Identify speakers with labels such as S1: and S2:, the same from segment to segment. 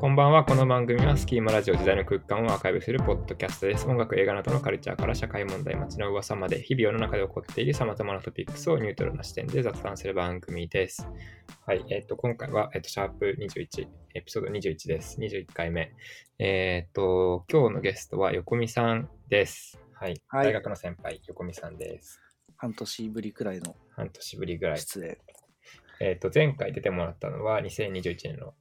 S1: こんばんは。この番組はスキーマラジオ時代の空間をアーカイブするポッドキャストです。音楽、映画などのカルチャーから社会問題、街の噂まで、日々世の中で起こっている様々なトピックスをニュートラルな視点で雑談する番組です。はい。えっ、と、今回は、えっ、と、シャープ21、エピソード21です。21回目。えっ、と、今日のゲストは横見さんです。はい。
S2: はい
S1: 大学の先輩、横見さんです。
S2: 半年ぶりくらいの
S1: 半年ぶりぐらい。
S2: 出演。
S1: えっ、と、前回出てもらったのは2021年の、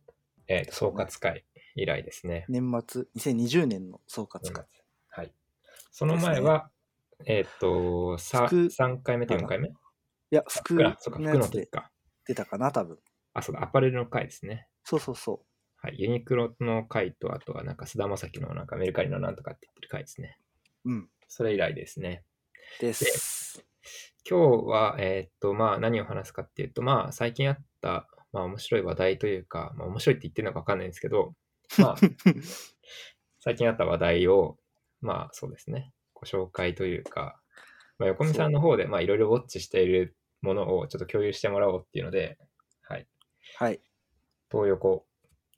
S1: えーと総括会以来ですね。
S2: 年末、2020年の総括会。
S1: はい。その前は、えーっ、と、さ
S2: 服
S1: 3回目と4回目
S2: いや、
S1: 服
S2: 服
S1: か、そうか、
S2: の
S1: 服
S2: や
S1: の
S2: つ
S1: 時
S2: で
S1: か。
S2: 出たかな、多分。
S1: あ、そうだ、アパレルの回ですね。
S2: そうそうそ
S1: はい。ユニクロの回と、あとは、なんか、菅田将暉の、なんか、メルカリのなんとかって言ってる回ですね。
S2: う。うん。
S1: それ以来ですね。
S2: です。
S1: 今日は、えーっと、まあ、何を話すかっていうと、まあ、最近あった、まあ、面白い話題というか、まあ、面白いって言ってるのかわかんないんですけど、まあ、最近あった話題を、まあ、そうですね、ご紹介というか、まあ、横見さんの方で、まあ、いろいろウォッチしているものをちょっと共有してもらおうっていうので、はい、
S2: はい。
S1: 東横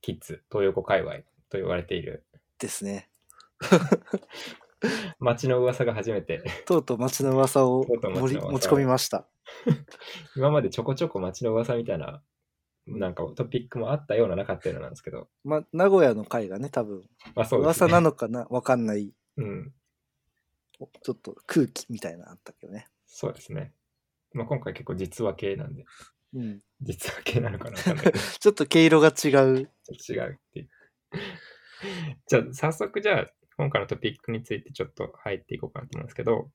S1: キッズ、東横界隈と言われている、
S2: ですね。
S1: 街の噂が初めて、
S2: とうとう街の噂を
S1: とうとう街の
S2: 盛り
S1: 噂を
S2: 持ち込みました。
S1: 今までちょこちょこ街の噂みたいな、なんかトピックもあったようななかったようななんですけど、
S2: ま、名古屋の会がね、多分、
S1: まあそうですね。
S2: 噂なのかな、わかんない、
S1: うん、
S2: おちょっと空気みたいなのあったけどね。
S1: そうですね。まあ、今回結構実話系 なんで、
S2: うん。
S1: 実話系なのかなわか んないけどち
S2: ちょっと毛色が違う。
S1: ょっと違うっていう。じゃあ、早速じゃあ、今回のトピックについてちょっと入っていこうかなと思うんですけど、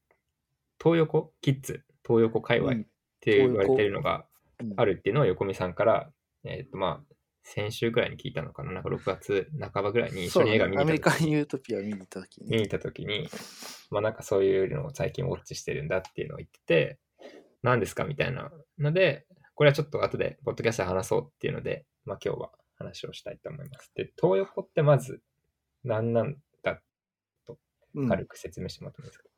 S1: 東横キッズ、東横界
S2: う
S1: 隈っ
S2: ん
S1: て言われてるのが
S2: うん
S1: あるっていうのを横見さんから、えっ、とまあ、先週ぐらいに聞いたのかな、なんか6月半ばぐらいに一
S2: そ
S1: 緒
S2: う
S1: に
S2: だ
S1: 映画
S2: ね
S1: 見に
S2: ア
S1: 行
S2: メリ
S1: った
S2: カ
S1: 時
S2: ン
S1: に
S2: ユートピア見に行った時
S1: 見
S2: に
S1: に。行った時に、まあなんかそういうのを最近ウォッチしてるんだっていうのを言ってて、何ですかみたいなので、これはちょっと後で、ポッドキャストで話そうっていうので、まあ今日は話をしたいと思います。で、東横ってまず何なんだ
S2: うん
S1: 軽く説明してもらってもいいですか、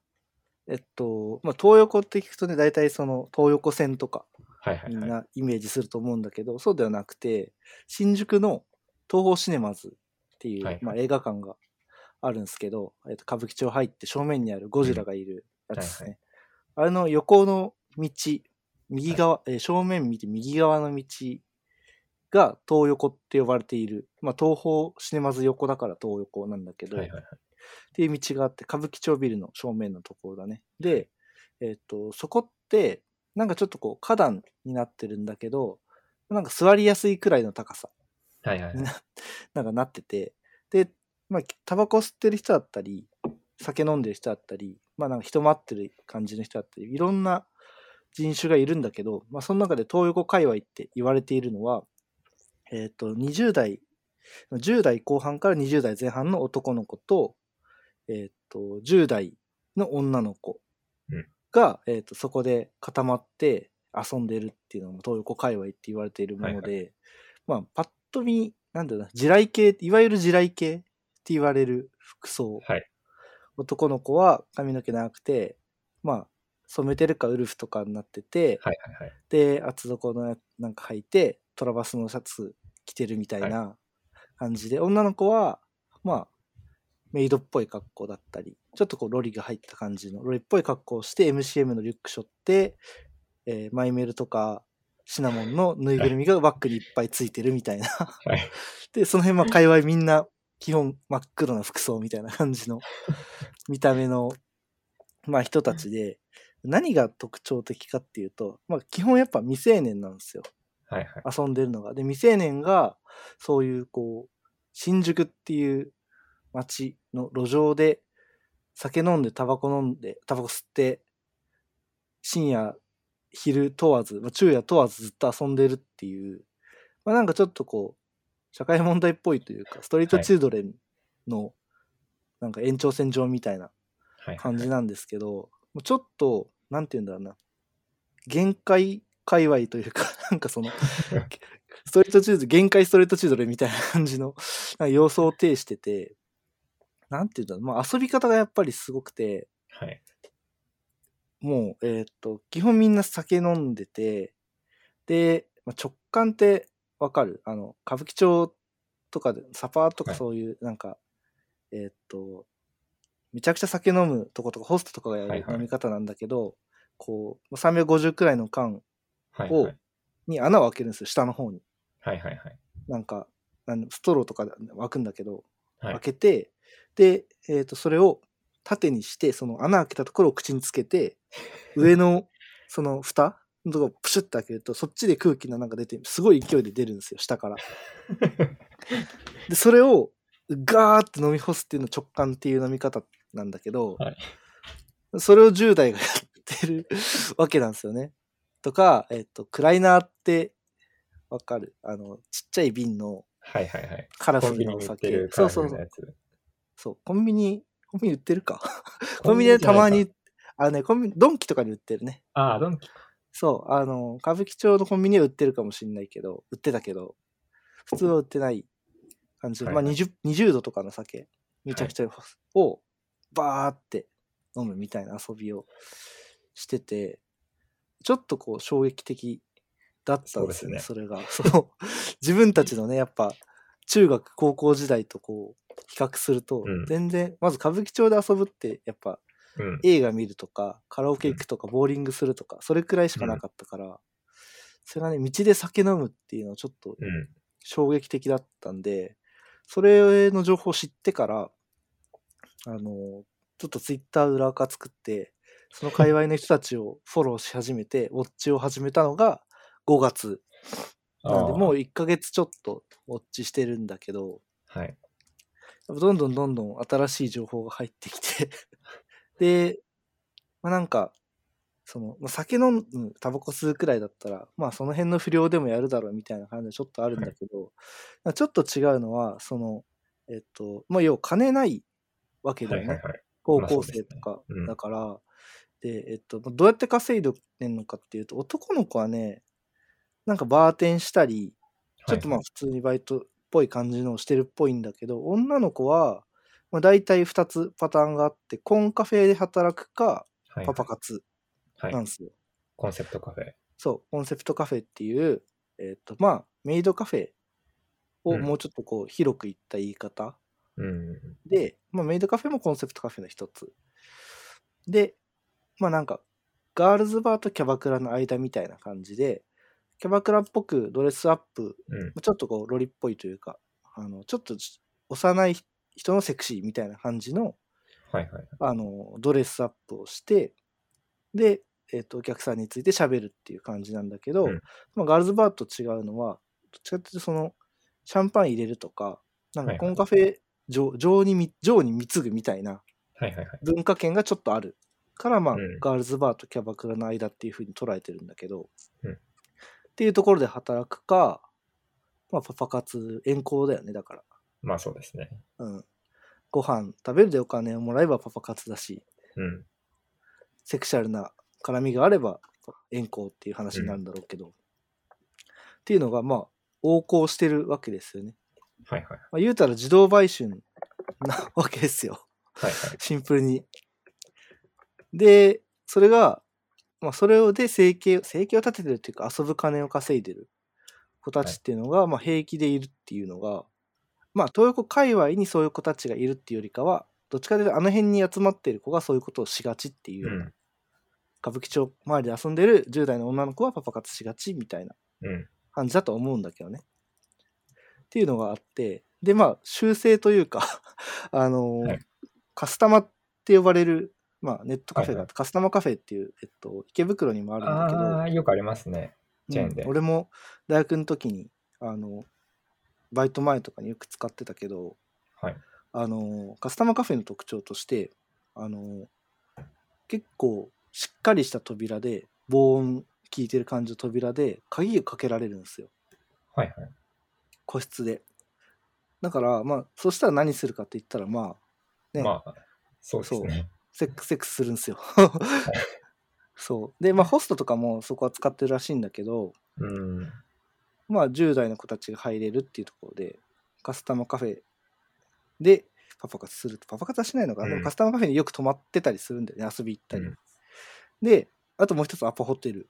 S2: えっと、まあ、東横って聞くとね、大体その、東横線とか、
S1: はい
S2: み
S1: はい
S2: ん
S1: はい。
S2: なイメージすると思うんだけど、そうではなくて、新宿の東宝シネマズっていう、
S1: はいはい
S2: まあ、映画館があるんですけど、えっと、歌舞伎町入って正面にあるゴジラがいるやつですね。あれの横の道、右側、えー正面見て右側の道が東横って呼ばれている、まあ、東宝シネマズ横だから東横なんだけど、
S1: はいはいはい。
S2: っていう道があって、歌舞伎町ビルの正面のところだね。で、えっ、と、そこって、なんかちょっとこう、花壇になってるんだけど、なんか座りやすいくらいの高さ、
S1: はいはいはい。
S2: なん かなってて、で、まあ、タバコ吸ってる人だったり、酒飲んでる人だったり、まあなんか人待ってる感じの人だったり、いろんな人種がいるんだけど、まあその中で東横界隈って言われているのは、えっ、と、20代、10代後半から20代前半の男の子と、えっ、と、10代の女の子
S1: うん
S2: が、えっ、と、そこで固まって遊んでるっていうのも東横界隈って言われているもので、まあ、パッと見、なんだろうな、地雷系、いわゆる地雷系って言われる服装。
S1: はい
S2: 男の子は髪の毛長くて、まあ、染めてるかウルフとかになってて、
S1: はいはいはい。
S2: で、厚底のやなんか履いて、トラバスのシャツ着てるみたいな感じで、女の子は、まあ、メイドっぽい格好だったり、ちょっとこうロリが入った感じの、ロリっぽい格好をして、MCM のリュック背負って、えーマイメルとかシナモンのぬいぐるみがバッグにいっぱいついてるみたいな。
S1: はい
S2: で、その辺、まあ、界隈みんな、基本真っ黒な服装みたいな感じの見た目の、まあ、人たちで、何が特徴的かっていうと、まあ、基本やっぱ未成年なんですよ。
S1: はいはい。
S2: 遊んでるのが。で、未成年が、そういう、こう、新宿っていう街の路上で、酒飲んで、タバコ飲んで、タバコ吸って、深夜、昼問わず、まあ昼夜問わずずっと遊んでるっていう、まあなんかちょっとこう、社会問題っぽいというか、ストリート
S1: はい
S2: チルドレンの、なんか延長線上みたいな
S1: はいはい
S2: 感
S1: は
S2: じ
S1: い。
S2: なんですけど、もうちょっと、なんて言うんだろうな、限界界隈というか、なんか その、ストリートチューズ、限界ストリートチュードルみたいな感じのなんか様相を呈してて、なんて言うんだろう、まあ遊び方がやっぱりすごくて、
S1: はい
S2: もう、えーっと、基本みんな酒飲んでて、で、まあ、直感ってわかるあの、歌舞伎町とかで、サパーとか
S1: はい
S2: そういう、なんか、えーっと、めちゃくちゃ酒飲むとことか、ホストとかがや
S1: はい
S2: る
S1: はい
S2: 飲み方なんだけど、こう、350くらいの缶
S1: はい
S2: を
S1: はい
S2: に穴を開けるんですよ、下の方に。
S1: はいはいはい
S2: なんか、なんストローとかで開くんだけど、
S1: はい
S2: 開けて、で、えーっと、それを縦にして、その穴開けたところを口につ けて、上の、その蓋のところをプシュッて開けると、そっちで空気のなんか出て、すごい勢いで出るんですよ、下から。で、それをガーって飲み干すっていうの直感っていう飲み方なんだけど、
S1: はい
S2: それを10代がやってる わけなんですよね。とか、えっと、クライナーってわかるあの、ちっちゃい瓶の
S1: はいはいはい
S2: カラ
S1: コ
S2: フ
S1: ン
S2: ル
S1: ビ
S2: な
S1: ニ
S2: お
S1: に売っ
S2: 酒
S1: て。る
S2: そ
S1: カ
S2: う
S1: ラ
S2: そ
S1: フル
S2: うそ
S1: な
S2: う
S1: や。つ
S2: そう、コンビニ、コンビニ売ってるか。コンビニでたまに、あのね、コンビニ、ドンキとかに売ってるね。
S1: ああドンキ
S2: そう、あの、歌舞伎町のコンビニは売ってるかもしれないけど、売ってたけど、普通は売ってない感じの、
S1: はい
S2: まあ 20, 20度とかの酒、めちゃくちゃ、を、バーって飲むみたいな遊びをしてて、ちょっとこう衝撃的だったんですよね、そ
S1: そ
S2: れが。 その、自分たちのね、やっぱ、中学、高校時代とこう、比較すると
S1: うん、
S2: 全然、まず歌舞伎町で遊ぶって、やっぱ、
S1: うん
S2: 映画見るとかカラオケ行くとかボーリングするとかそれくらいしかなかったから、それがね道で酒飲むっていうのはちょっと
S1: うん
S2: 衝撃的だったんでそれの情報を知ってからあのちょっとツイッター裏垢作ってその界隈の人たちをフォローし始めてウォッチを始めたのが5月なんで
S1: ああ
S2: もう1ヶ月ちょっとウォッチしてるんだけど
S1: はい
S2: やっぱどんどんどんどん新しい情報が入ってきて で、まあ、なんかその、まあ、酒飲むタバコ吸うくらいだったらまあその辺の不良でもやるだろうみたいな感じでちょっとあるんだけど、まあちょっと違うのはそのえっとまあ要は金ないわけ
S1: は
S2: だよ
S1: い
S2: ね、
S1: はいはい
S2: 高
S1: まあそう
S2: 校
S1: です
S2: 生
S1: ね
S2: とか
S1: うん
S2: だから、でえっとまあどうやって稼いでんのかっていうと男の子はねなんかバーテンしたり、ちょっとまあ普通にバイトっぽい感じのをしてるっぽいんだけど、女の子は、まあ、大体2つパターンがあって、コンカフェで働くか、
S1: はい
S2: パパ活
S1: はい
S2: なんですよ。
S1: コンセプトカフェ
S2: そう、コンセプトカフェっていう、えっ、と、まあ、メイドカフェを
S1: うん
S2: もうちょっとこう、広く言った言い方
S1: うん
S2: で、まあ、メイドカフェもコンセプトカフェの一つ。で、まあなんか、ガールズバーとキャバクラの間みたいな感じで、キャバクラっぽくドレスアップ
S1: うん
S2: ちょっとこうロリっぽいというかあのちょっとし幼い人のセクシーみたいな感じの
S1: はいはい
S2: あのドレスアップをしてで、えっとお客さんについて喋るっていう感じなんだけど、
S1: うん
S2: まあ、ガールズバーと違うのはどっちかっていうとそのシャンパン入れるとかなん
S1: はいは
S2: か
S1: い
S2: コンカフェ上上にみ上に貢ぐみたいな
S1: はいはいはい
S2: 文化圏がちょっとあるから、まあ
S1: うん
S2: ガールズバーとキャバクラの間っていうふうに捉えてるんだけど、
S1: うん
S2: っていうところで働くか、まあ、パパ活遠行だよねだから、
S1: まあそうですね
S2: うん、ご飯食べるでお金をもらえばパパ活だし
S1: うん
S2: セクシャルな絡みがあれば遠行っていう話になるんだろうけど、っていうのがまあ横行してるわけですよね、
S1: はいはい
S2: まあ、言うたら自動売春なわけですよ
S1: はいはい
S2: シンプルに。で、それが、まあ、それをで生計、生計を立ててるっていうか、遊ぶ金を稼いでる子たちっていうのが、まあ、平気でいるっていうのが、まあ、東横界隈にそういう子たちがいるっていうよりかは、どっちかというと、あの辺に集まっている子がそういうことをしがちっていう
S1: う
S2: ような、
S1: ん
S2: 歌舞伎町周りで遊んでる10代の女の子はパパ活しがちみたいな
S1: うん
S2: 感じだと思うんだけどね。っていうのがあって、で、まあ、修正というか、 あのー
S1: はい
S2: カスタマって呼ばれる、まあ、ネットカフェ
S1: はいは
S2: があっ
S1: い
S2: て、カスタマカフェっていう、えっと、池袋にもあるんだけど、
S1: ああよくありますねチェーンで
S2: うん俺も大学の時に、あの、バイト前とかによく使ってたけど、
S1: はい
S2: あのーカスタマカフェの特徴として、あのー結構しっかりした扉で、防音効いてる感じの扉で、鍵をかけられるんですよ。
S1: はいはい
S2: 個室でだからまあそしたら何するかって言ったらまあね
S1: まあそうですね
S2: セックスセックスするんですよ そうでまあホストとかもそこは使ってるらしいんだけど
S1: うん
S2: まあ10代の子たちが入れるっていうところでカスタマーカフェでパパ活するとパパ活はしないのか
S1: う
S2: な、
S1: ん
S2: でもカスタマーカフェによく泊まってたりするんだよね遊び行ったり、
S1: うん
S2: であともう一つアパホテル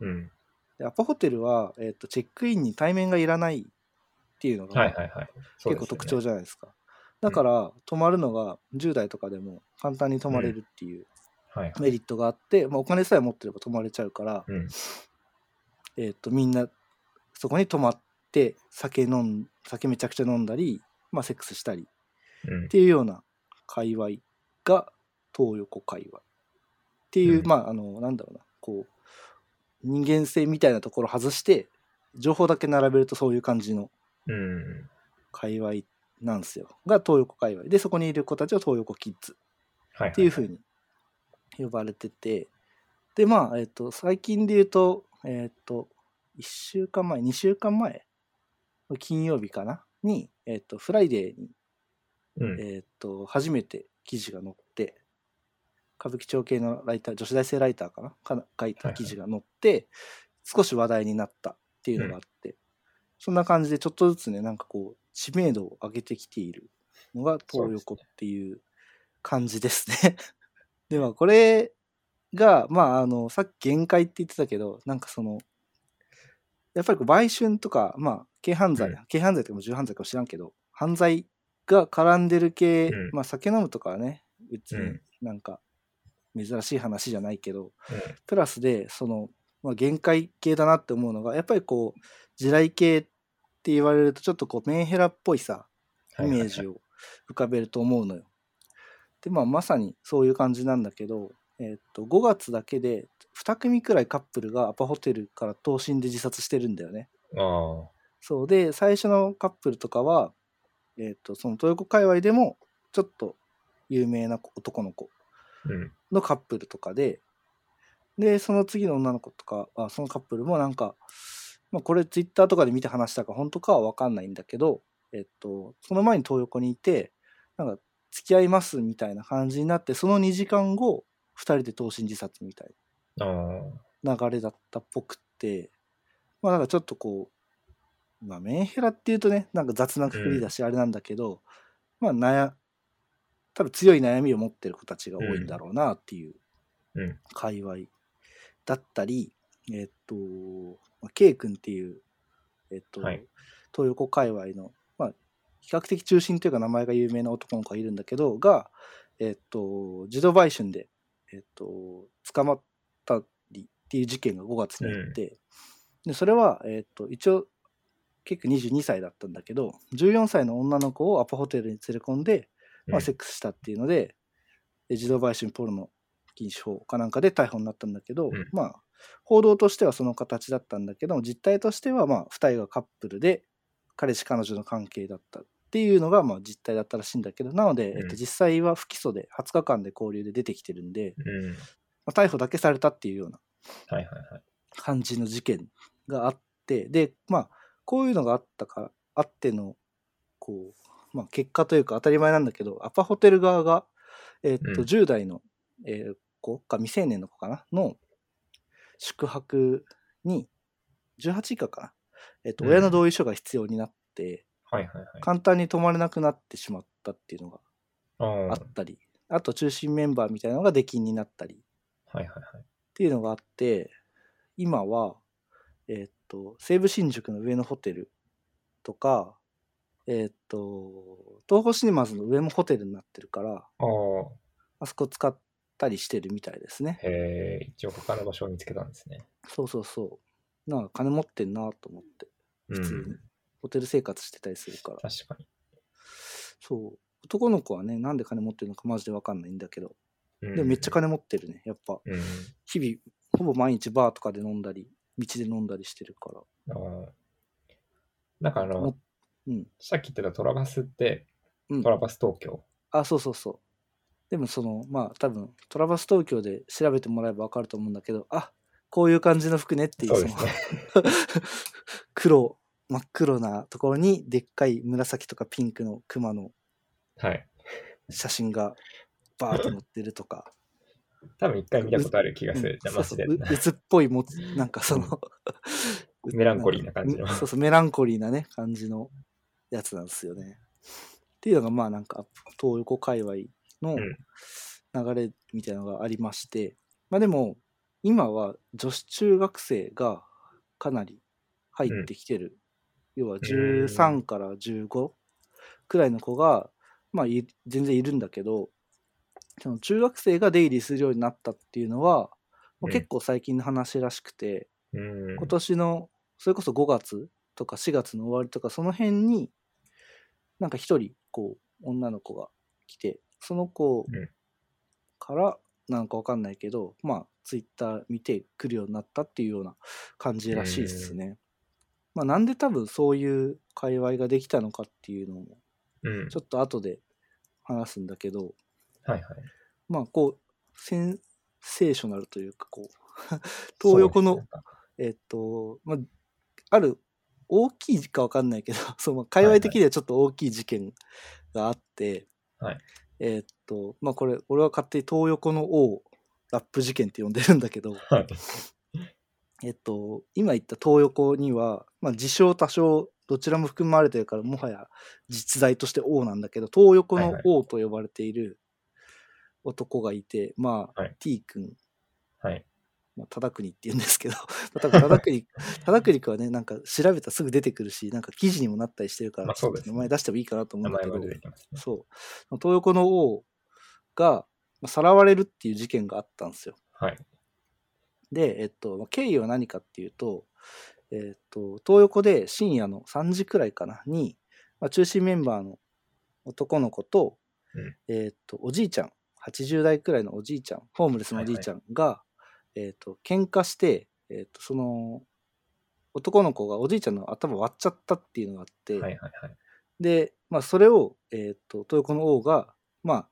S1: うん
S2: でアパホテルは、えっとチェックインに対面がいらないっっていうのが、
S1: はいはいはい。そうで
S2: 結
S1: すよね
S2: 構特徴じゃないですか。だから、泊まるのが10代とかでも簡単に泊まれるっていう
S1: はい。
S2: メリットがあって、まあ、お金さえ持ってれば泊まれちゃうから、
S1: うん。
S2: えー、とみんなそこに泊まって酒飲ん酒めちゃくちゃ飲んだり、まあ、セックスしたりっ
S1: うん。
S2: ていうような界隈が東横界隈ってい
S1: う
S2: う、
S1: ん
S2: まああのなんだろうなこう人間性みたいなところ外して情報だけ並べるとそういう感じの
S1: うん。
S2: 界隈なんですよが東横界隈でそこにいる子たちを東横キッズ
S1: はい。
S2: っていう風に呼ばれてて、で、まあ、えっ、と、最近で言うと、えっ、と、1週間前、2週間前、金曜日かなに、えっ、と、フライデーに、
S1: うん。
S2: えっ、と、初めて記事が載って、歌舞伎町系のライター、女子大生ライターかなかな書いた記事が載って、少し話題になったっていうのがあって、そんな感じでちょっとずつね、なんかこう、知名度を上げてきているのが東横っていう感じですね。でまあこれが、まあ、あの、さっき限界って言ってたけど、なんかその、やっぱりこう売春とか、まあ、軽犯罪、
S1: うん
S2: 軽犯罪とかも重犯罪かも知らんけど、犯罪が絡んでる系、
S1: うん
S2: まあ、酒飲むとかはね、別
S1: う
S2: に
S1: ん
S2: なんか珍しい話じゃないけど、
S1: うん
S2: プラスで、その、まあ、限界系だなって思うのが、やっぱりこう、地雷系って言われると、ちょっとこう、メンヘラっぽいさ、イメージ
S1: を。
S2: を浮かべると思うのよ。でまあまさにそういう感じなんだけど、えーっと5月だけで2組くらいカップルがアパホテルから投身で自殺してるんだよね。
S1: あ
S2: そうで最初のカップルとかは、えーっとその豊子界隈でもちょっと有名な男の子
S1: あ。うん。
S2: のカップルとかで、で、その次の女の子とか、あそのカップルもなんか、まあ、これツイッターとかで見て話したか本当かは分かんないんだけど、えっと、その前に東横にいて、なんか付き合いますみたいな感じになって、その2時間後、2人で投身自殺みたい
S1: ああ。
S2: な流れだったっぽくって、まあなんかちょっとこう、まあメンヘラっていうとね、なんか雑なくくりだし、あれなんだけど、まあ悩、多分強い悩みを持ってる子たちが多いんだろうなっていう
S1: うん。
S2: 界隈だったり、えっと、まあ K 君っていう、えっと、
S1: はい
S2: 東横界隈の、まあ、比較的中心というか名前が有名な男の子がいるんだけど、が、えっと、児童売春で、えっと、捕まったりっていう事件が5月にあって、でそれは、えっと、一応、結構22歳だったんだけど、14歳の女の子をアパホテルに連れ込んで、ま
S1: う
S2: あ、
S1: ん
S2: セックスしたっていうので、え児童売春ポルノ禁止法かなんかで逮捕になったんだけど、
S1: うん
S2: まあ報道としてはその形だったんだけども実態としてはまあ2人がカップルで彼氏彼女の関係だったっていうのがまあ実態だったらしいんだけどなの
S1: う
S2: で、
S1: ん
S2: えっと、実際は不起訴で20日間で交流で出てきてるんで、
S1: うん。
S2: まあ、逮捕だけされたっていうような
S1: はいはいはい。
S2: 感じの事件があってでまあこういうのがあったからあってのこう、まあ、結果というか当たり前なんだけどアパホテル側が、えーっと
S1: うん
S2: 10代の、えー子か未成年の子かなの宿泊に18以下かな、えーっと
S1: うん
S2: 親の同意書が必要になって、
S1: はいはいはい。
S2: 簡単に泊まれなくなってしまったっていうのが
S1: ああ。
S2: あったり、あと中心メンバーみたいなのが出禁になったり
S1: はいはいはい。
S2: っていうのがあって今はえーっと西武新宿の上野ホテルとかえーっと東宝シネマズの上もホテルになってるから
S1: ああ。
S2: あそこ使ったりしてるみたいですね
S1: へえ、一応他の場所を見つけたんですね。
S2: そうそうそうなんか金持ってんなと思って
S1: う
S2: 普通に、
S1: ん。
S2: ホテル生活してたりするから
S1: 確か
S2: そう男の子はねなんで金持ってるのかマジで分かんないんだけど
S1: に。うん
S2: でもめっちゃ金持ってるねやっぱ
S1: うん。
S2: 日々ほぼ毎日バーとかで飲んだり道で飲んだりしてるから
S1: あーなんかあの
S2: も、うん
S1: さっき言ってたトラバスって、
S2: うん
S1: トラバス東京。
S2: あ、そうそうそう。でもその、まあ多分、トラバス東京で調べてもらえば分かると思うんだけど、あ、こういう感じの服ねっていう、
S1: そうですね
S2: その黒、真っ黒なところにでっかい紫とかピンクのクマの
S1: はい。
S2: 写真がバーッと載ってるとか、
S1: 多分一回見たことある気がする。じゃあ、
S2: そ
S1: マジ
S2: うそう
S1: で。、
S2: う鬱っぽいもつ、なんかその
S1: メランコリーな感じの
S2: うんそうそう、メランコリーなね、感じのやつなんですよね。っていうのが、まあなんか、東横界隈の
S1: うん
S2: 流れみたいなのがありまして、まあでも、今は女子中学生がかなり入ってきてる要は13から15くらいの子が、まあ、い全然いるんだけどその中学生が出入りするようになったっていうのは、
S1: う
S2: ま
S1: ん
S2: あ、結構最近の話らしくて、
S1: うん
S2: 今年のそれこそ5月とか4月の終わりとかその辺になんか一人こう女の子が来てその子
S1: うん
S2: からなんかわかんないけどまあツイッター見てくるようになったっていうような感じらしいですね。まあ、なんで多分そういう界隈ができたのかっていうのも
S1: うん
S2: ちょっと後で話すんだけど、
S1: はいはい。
S2: まあこうセンセーショナルというかこう 東横の
S1: そうですね
S2: えっと、まあ、ある大きいかわかんないけど、 その界隈的にはちょっと大きい事件があって、
S1: はい
S2: えっと、まあこれ、俺は勝手に東横の王ラップ事件って呼んでるんだけど、
S1: はい。
S2: えっと、今言った東横には、まあ、自称多少どちらも含まれてるからもはや実在として王なんだけど東横
S1: はい
S2: の
S1: はい
S2: 王と呼ばれている男がいて、まあ、
S1: はい
S2: T 君
S1: はい。
S2: まあ、忠国って言うんですけど、 多分忠 国、忠国くんはね、なんか調べたらすぐ出てくるし、なんか記事にもなったりしてるから、
S1: まあそうですね
S2: 名前出してもいいかなと思
S1: 名
S2: うん
S1: 前
S2: だけど
S1: も、出てきますね。
S2: そう、東横の王がまあさらわれるっていう事件があったんですよ。
S1: はい。
S2: で、えっと、まあ経緯は何かっていうと、えっと、東横で深夜の3時くらいかな、に、まあ、中心メンバーの男の子と、
S1: うん
S2: えっと、おじいちゃん、80代くらいのおじいちゃん、ホームレスのおじいちゃんが、えっと、喧嘩して、えっと、その、男の子がおじいちゃんの頭割っちゃったっていうのがあって、
S1: はいはいはい。
S2: で、まあ、それを、えっと、豊子の王が、まあ、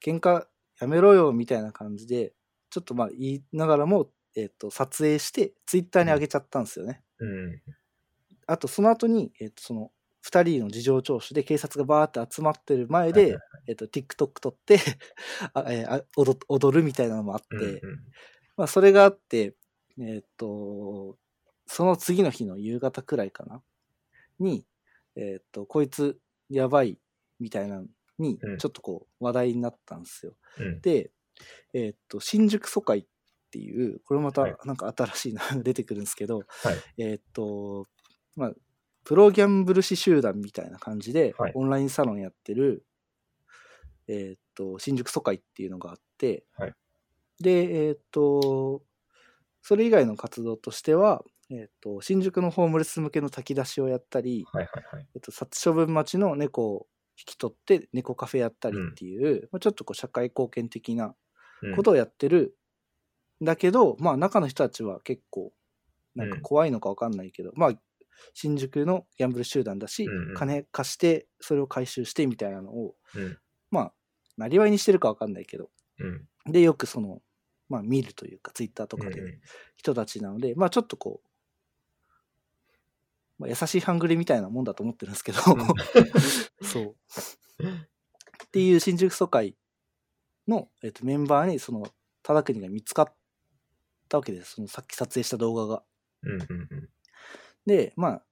S2: 喧嘩やめろよみたいな感じで、ちょっとまあ言いながらも、えっと、撮影して、ツイッターに上げちゃったんですよね。
S1: うん。
S2: あと、その後に、えっと、その、2人の事情聴取で警察がバーって集まってる前
S1: はい
S2: で
S1: はい、
S2: えっと、TikTok 撮って、 あえーあ踊踊るみたいなのもあって、
S1: うんうん
S2: まあ、それがあって、えーっと、その次の日の夕方くらいかな、に、えーっと、こいつ、やばい、みたいなのに
S1: うん、
S2: ちょっとこう、話題になったんですよ。
S1: うん
S2: で、えーっと、新宿疎開っていう、これまた
S1: はい
S2: なん か新しい名前が出てくるんですけど、
S1: はい
S2: えーっと、まあ、プロギャンブル師集団みたいな感じで
S1: はい、
S2: オンラインサロンやってる、えーっと、新宿疎開っていうのがあって、
S1: はい
S2: で、えーっと、それ以外の活動としては、えーっと、新宿のホームレス向けの炊き出しをやったり、
S1: はいはいはい。
S2: えっと、殺処分待ちの猫を引き取って猫カフェやったりっていう、まあ、ちょっとこう社会貢献的な
S1: うん
S2: ことをやってる、ん、だけどまあ中の人たちは結構なんか怖いのかわかんないけど、まあ新宿のギャンブル集団だし、
S1: うんうん
S2: 金貸してそれを回収してみたいなのを
S1: うん
S2: まあなりわいにしてるかわかんないけど
S1: うん
S2: でよくそのまあ見るというかツイッターと
S1: う
S2: か
S1: ん
S2: で
S1: うん
S2: 人たちなので、まあちょっとこう、まあ、優しいハングリみたいなもんだと思ってるんですけど、 そう。っていう新宿疎開の、えっと、メンバーにその忠国が見つかったわけです。そのさっき撮影した動画が。
S1: うんうんうん
S2: で、まあ、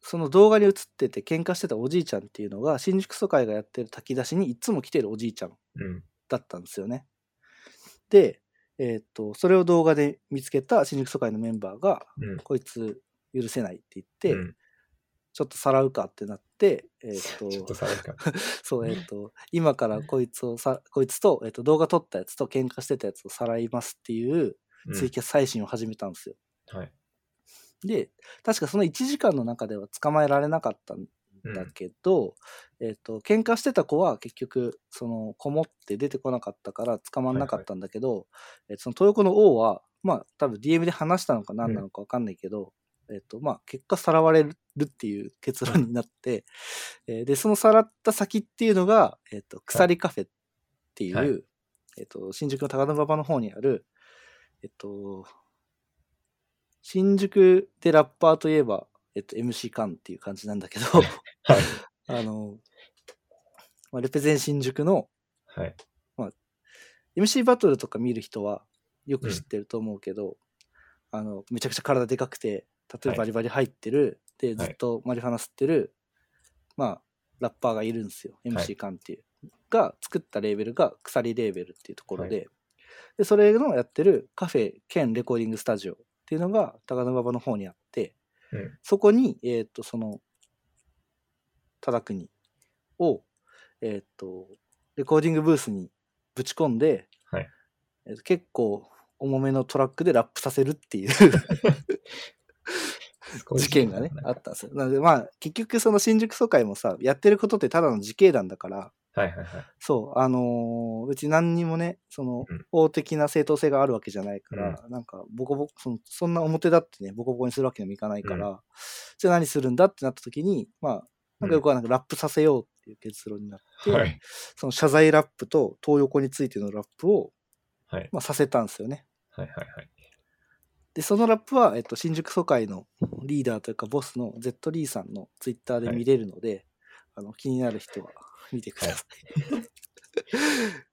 S2: その動画に映ってて喧嘩してたおじいちゃんっていうのが新宿疎開がやってる炊き出しにいつも来てるおじいちゃん
S1: うん
S2: だったんですよね。で、えっとそれを動画で見つけた新宿疎開のメンバーが、
S1: うん
S2: こいつ許せないって言って、
S1: うん
S2: ちょっとさらうかってなって、え っ
S1: ちょっと
S2: と
S1: さらか。
S2: そうえっ、と今からこいつをさこいつと,、えっと動画撮ったやつと喧嘩してたやつをさらいますっていう
S1: うん
S2: ツイキャス配信を始めたんですよ。
S1: はい。
S2: で確かその1時間の中では捕まえられなかったん
S1: うん
S2: だけど、えっと喧嘩してた子は結局そのこもって出てこなかったから捕まんなかったんだけど、えっとその豊子の王はまあ多分 DM で話したのか何なのか分かんないけど、えっとまあ、結果さらわれるっていう結論になって、えーでそのさらった先っていうのが、えっと鎖カフェっていう、
S1: はい
S2: えっと新宿の高田馬場の方にあるえっと新宿でラッパーといえば、えっと、MC カンっていう感じなんだけど、
S1: はい
S2: あの、まあ、レペゼン新宿の
S1: はい。
S2: MC バトルとか見る人はよく知ってると思うけど、あの、めちゃくちゃ体でかくて、タトゥーバリバリ入ってる、で、
S1: はい
S2: ずっとマリファナ吸ってる、まあ、ラッパーがいるんですよ。
S1: は
S2: MC
S1: い
S2: カンっていう。が作ったレーベルが鎖レーベルっていうところで、で、それのやってるカフェ兼レコーディングスタジオっていうのが高田馬場の方にあって、
S1: うん
S2: そこに、えっ、と、その、忠国を、えっ、と、レコーディングブースにぶち込んで、
S1: はい
S2: えーと結構重めのトラックでラップさせるっていう事件がね、あったんですよ。なので、まあ、結局その新宿疎開もさ、やってることってただの自警団だから、
S1: はいはいはい。
S2: そう、あのー別に何にもね、その
S1: うん、
S2: 法的な正当性があるわけじゃないから、なんか、ボコボコ、そのそんな表だってね、ボコボコにするわけにもいかないから、じゃあ何するんだってなった時に、まあ、なんかよくはなんかラップさせようっていう結論になって、
S1: うんはい。
S2: その謝罪ラップと東横についてのラップを、
S1: はい
S2: まあ、させたんですよね。
S1: はいはいはい。
S2: で、そのラップは、えっと、新宿疎開のリーダーというか、ボスの Z リーさんのツイッターで見れるので、あの気になる人は見てください。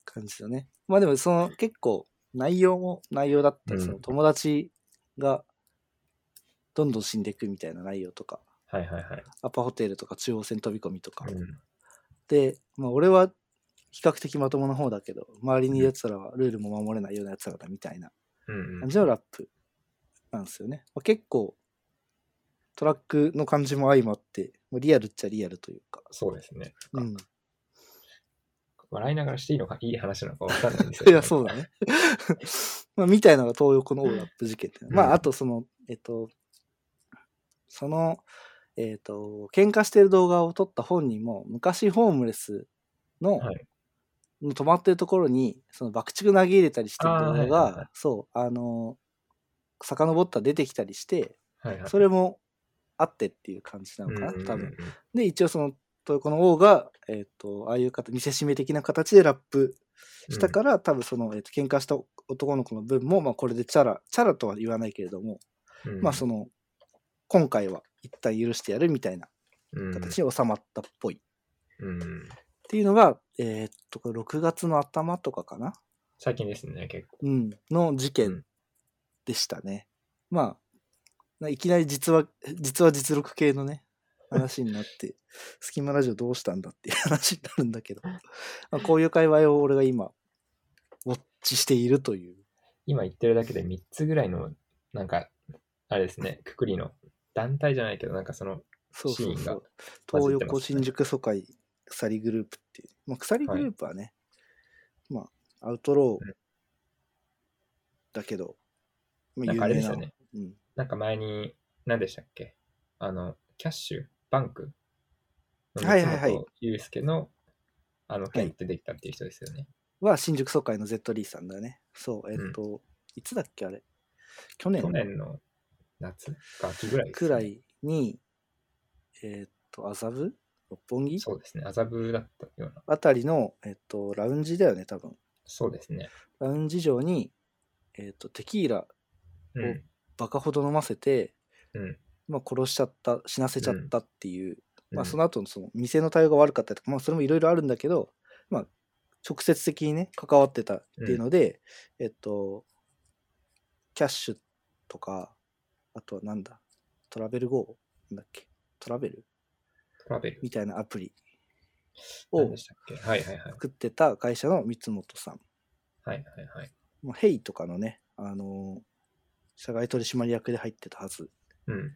S2: 感じだね。まあでも、その結構、内容も内容だったり、
S1: うん
S2: その友達がどんどん死んでいくみたいな内容とか、
S1: はいはいはい。
S2: アパホテルとか中央線飛び込みとか。
S1: うん
S2: で、まあ、俺は比較的まともな方だけど、周りにいるやつらはルールも守れないようなやつらだみたいな
S1: うんう
S2: 感
S1: ん。
S2: じのラップなんですよね。まあ、結構トラックの感じも相まって、まあ、リアルっちゃリアルというか。
S1: そうですね。
S2: うん、
S1: 笑いながらしていいのか、いい話なのか分かんないんですよ
S2: い
S1: ね。
S2: や、そうだね。まあみたいなのが東横のオーラップ事件っていうの
S1: う
S2: ま
S1: ん
S2: あ、あとその、えっと、その、えっと、喧嘩してる動画を撮った本人も、昔ホームレスの、
S1: はい
S2: の泊まってるところに、その爆竹投げ入れたりしてる
S1: あーは
S2: 動画
S1: いはいはい
S2: が、そう、あの、遡ったら出てきたりして、
S1: はいはい。
S2: それもあってっていう感じなのか
S1: うんうんう
S2: な、
S1: ん
S2: 多分。。で、一応その、豊子の王が、えっ、と、ああいう方、見せしめ的な形でラップしたから、多分その、えーと喧嘩した男の子の分も、まあ、これでチャラ、チャラとは言わないけれども、
S1: うん、
S2: まあ、その、今回は一旦許してやるみたいな
S1: の
S2: 形に収まったっぽい。っ
S1: うんうん
S2: ていうのが、えっ、と、これ6月の頭とかかな
S1: 最近ですね、結構。
S2: うん、の事件でしたね。まあ、いきなり実は、実は実力系のね、話になって、 スキマラジオどうしたんだっていう話になるんだけど、まあ、こういう界隈を俺が今、ウォッチしているという。
S1: 今言ってるだけで3つぐらいの、なんか、あれですね、くくりの団体じゃないけど、なんかその、
S2: そうそ
S1: シー
S2: う
S1: ン
S2: そ
S1: が
S2: う。東
S1: 混じってま
S2: 横
S1: すね
S2: 新宿疎開鎖グループっていう。まあ、鎖グループはね、まあ、アウトロ
S1: うん
S2: ーだけど、ま
S1: なんかあれですよね。
S2: うん。
S1: なんか前に、何でしたっけあの、キャッシュ、バンクの
S2: はいはいは
S1: 松
S2: い
S1: 本祐介の、あの、件ってできたっていう人ですよね。
S2: は新宿総会の Z リーさんだね。そう、えっ、と、いつだっけあれ去年
S1: 去年の夏か秋ぐらいです
S2: く
S1: ね、
S2: らいに、えっ、と、麻布六本木
S1: そうですね、麻布だったような。
S2: あたりの、えっ、と、ラウンジだよね、多分。
S1: そうですね。
S2: ラウンジ上に、えっ、と、テキーラ
S1: うん。
S2: バカほど飲ませて、
S1: うん。
S2: まあ、殺しちゃった、死なせちゃったっていう、まあ、そ
S1: の、
S2: の後のその店の対応が悪かったりとか、まあ、それもいろいろあるんだけど、まあ、直接的にね、関わってたっていうので、えっと、キャッシュとか、あとはなんだ、トラベル GO? なんだっけトラベル
S1: トラベル。
S2: みたいなアプリ
S1: 何
S2: を
S1: でしたっけはいはいはい。
S2: 作ってた会社の三本さん。
S1: はいはいはい。
S2: まあ、ヘイとかのね、あのー社外取締役で入ってたはず
S1: うん。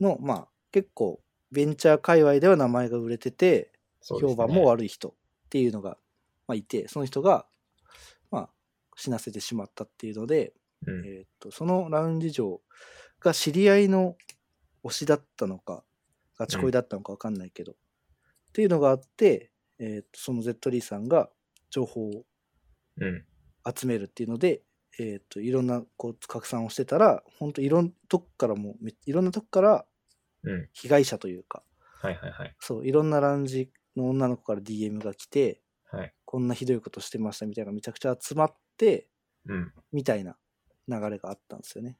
S2: の、まあ、結構、ベンチャー界隈では名前が売れてて、
S1: そうです
S2: 評
S1: ね
S2: 判も悪い人っていうのが、まあ、いてその人が、まあ、死なせてしまったっていうので、
S1: うん。
S2: えーっとそのラウンジ嬢が知り合いの推しだったのかガチ恋だったのか分かんないけど、っていうのがあって、えーっとその Z リーさんが情報を
S1: うん。
S2: 集めるっていうので、えーっといろんなこう拡散をしてたら本当いろんなとこからもめいろんなとこから
S1: うん。
S2: 被害者というか
S1: はいはいはい。
S2: そういろんなラウンジの女の子から DM が来て、
S1: はい。
S2: こんなひどいことしてましたみたいなのがめちゃくちゃ集まって
S1: うん。
S2: みたいな流れがあったんですよね。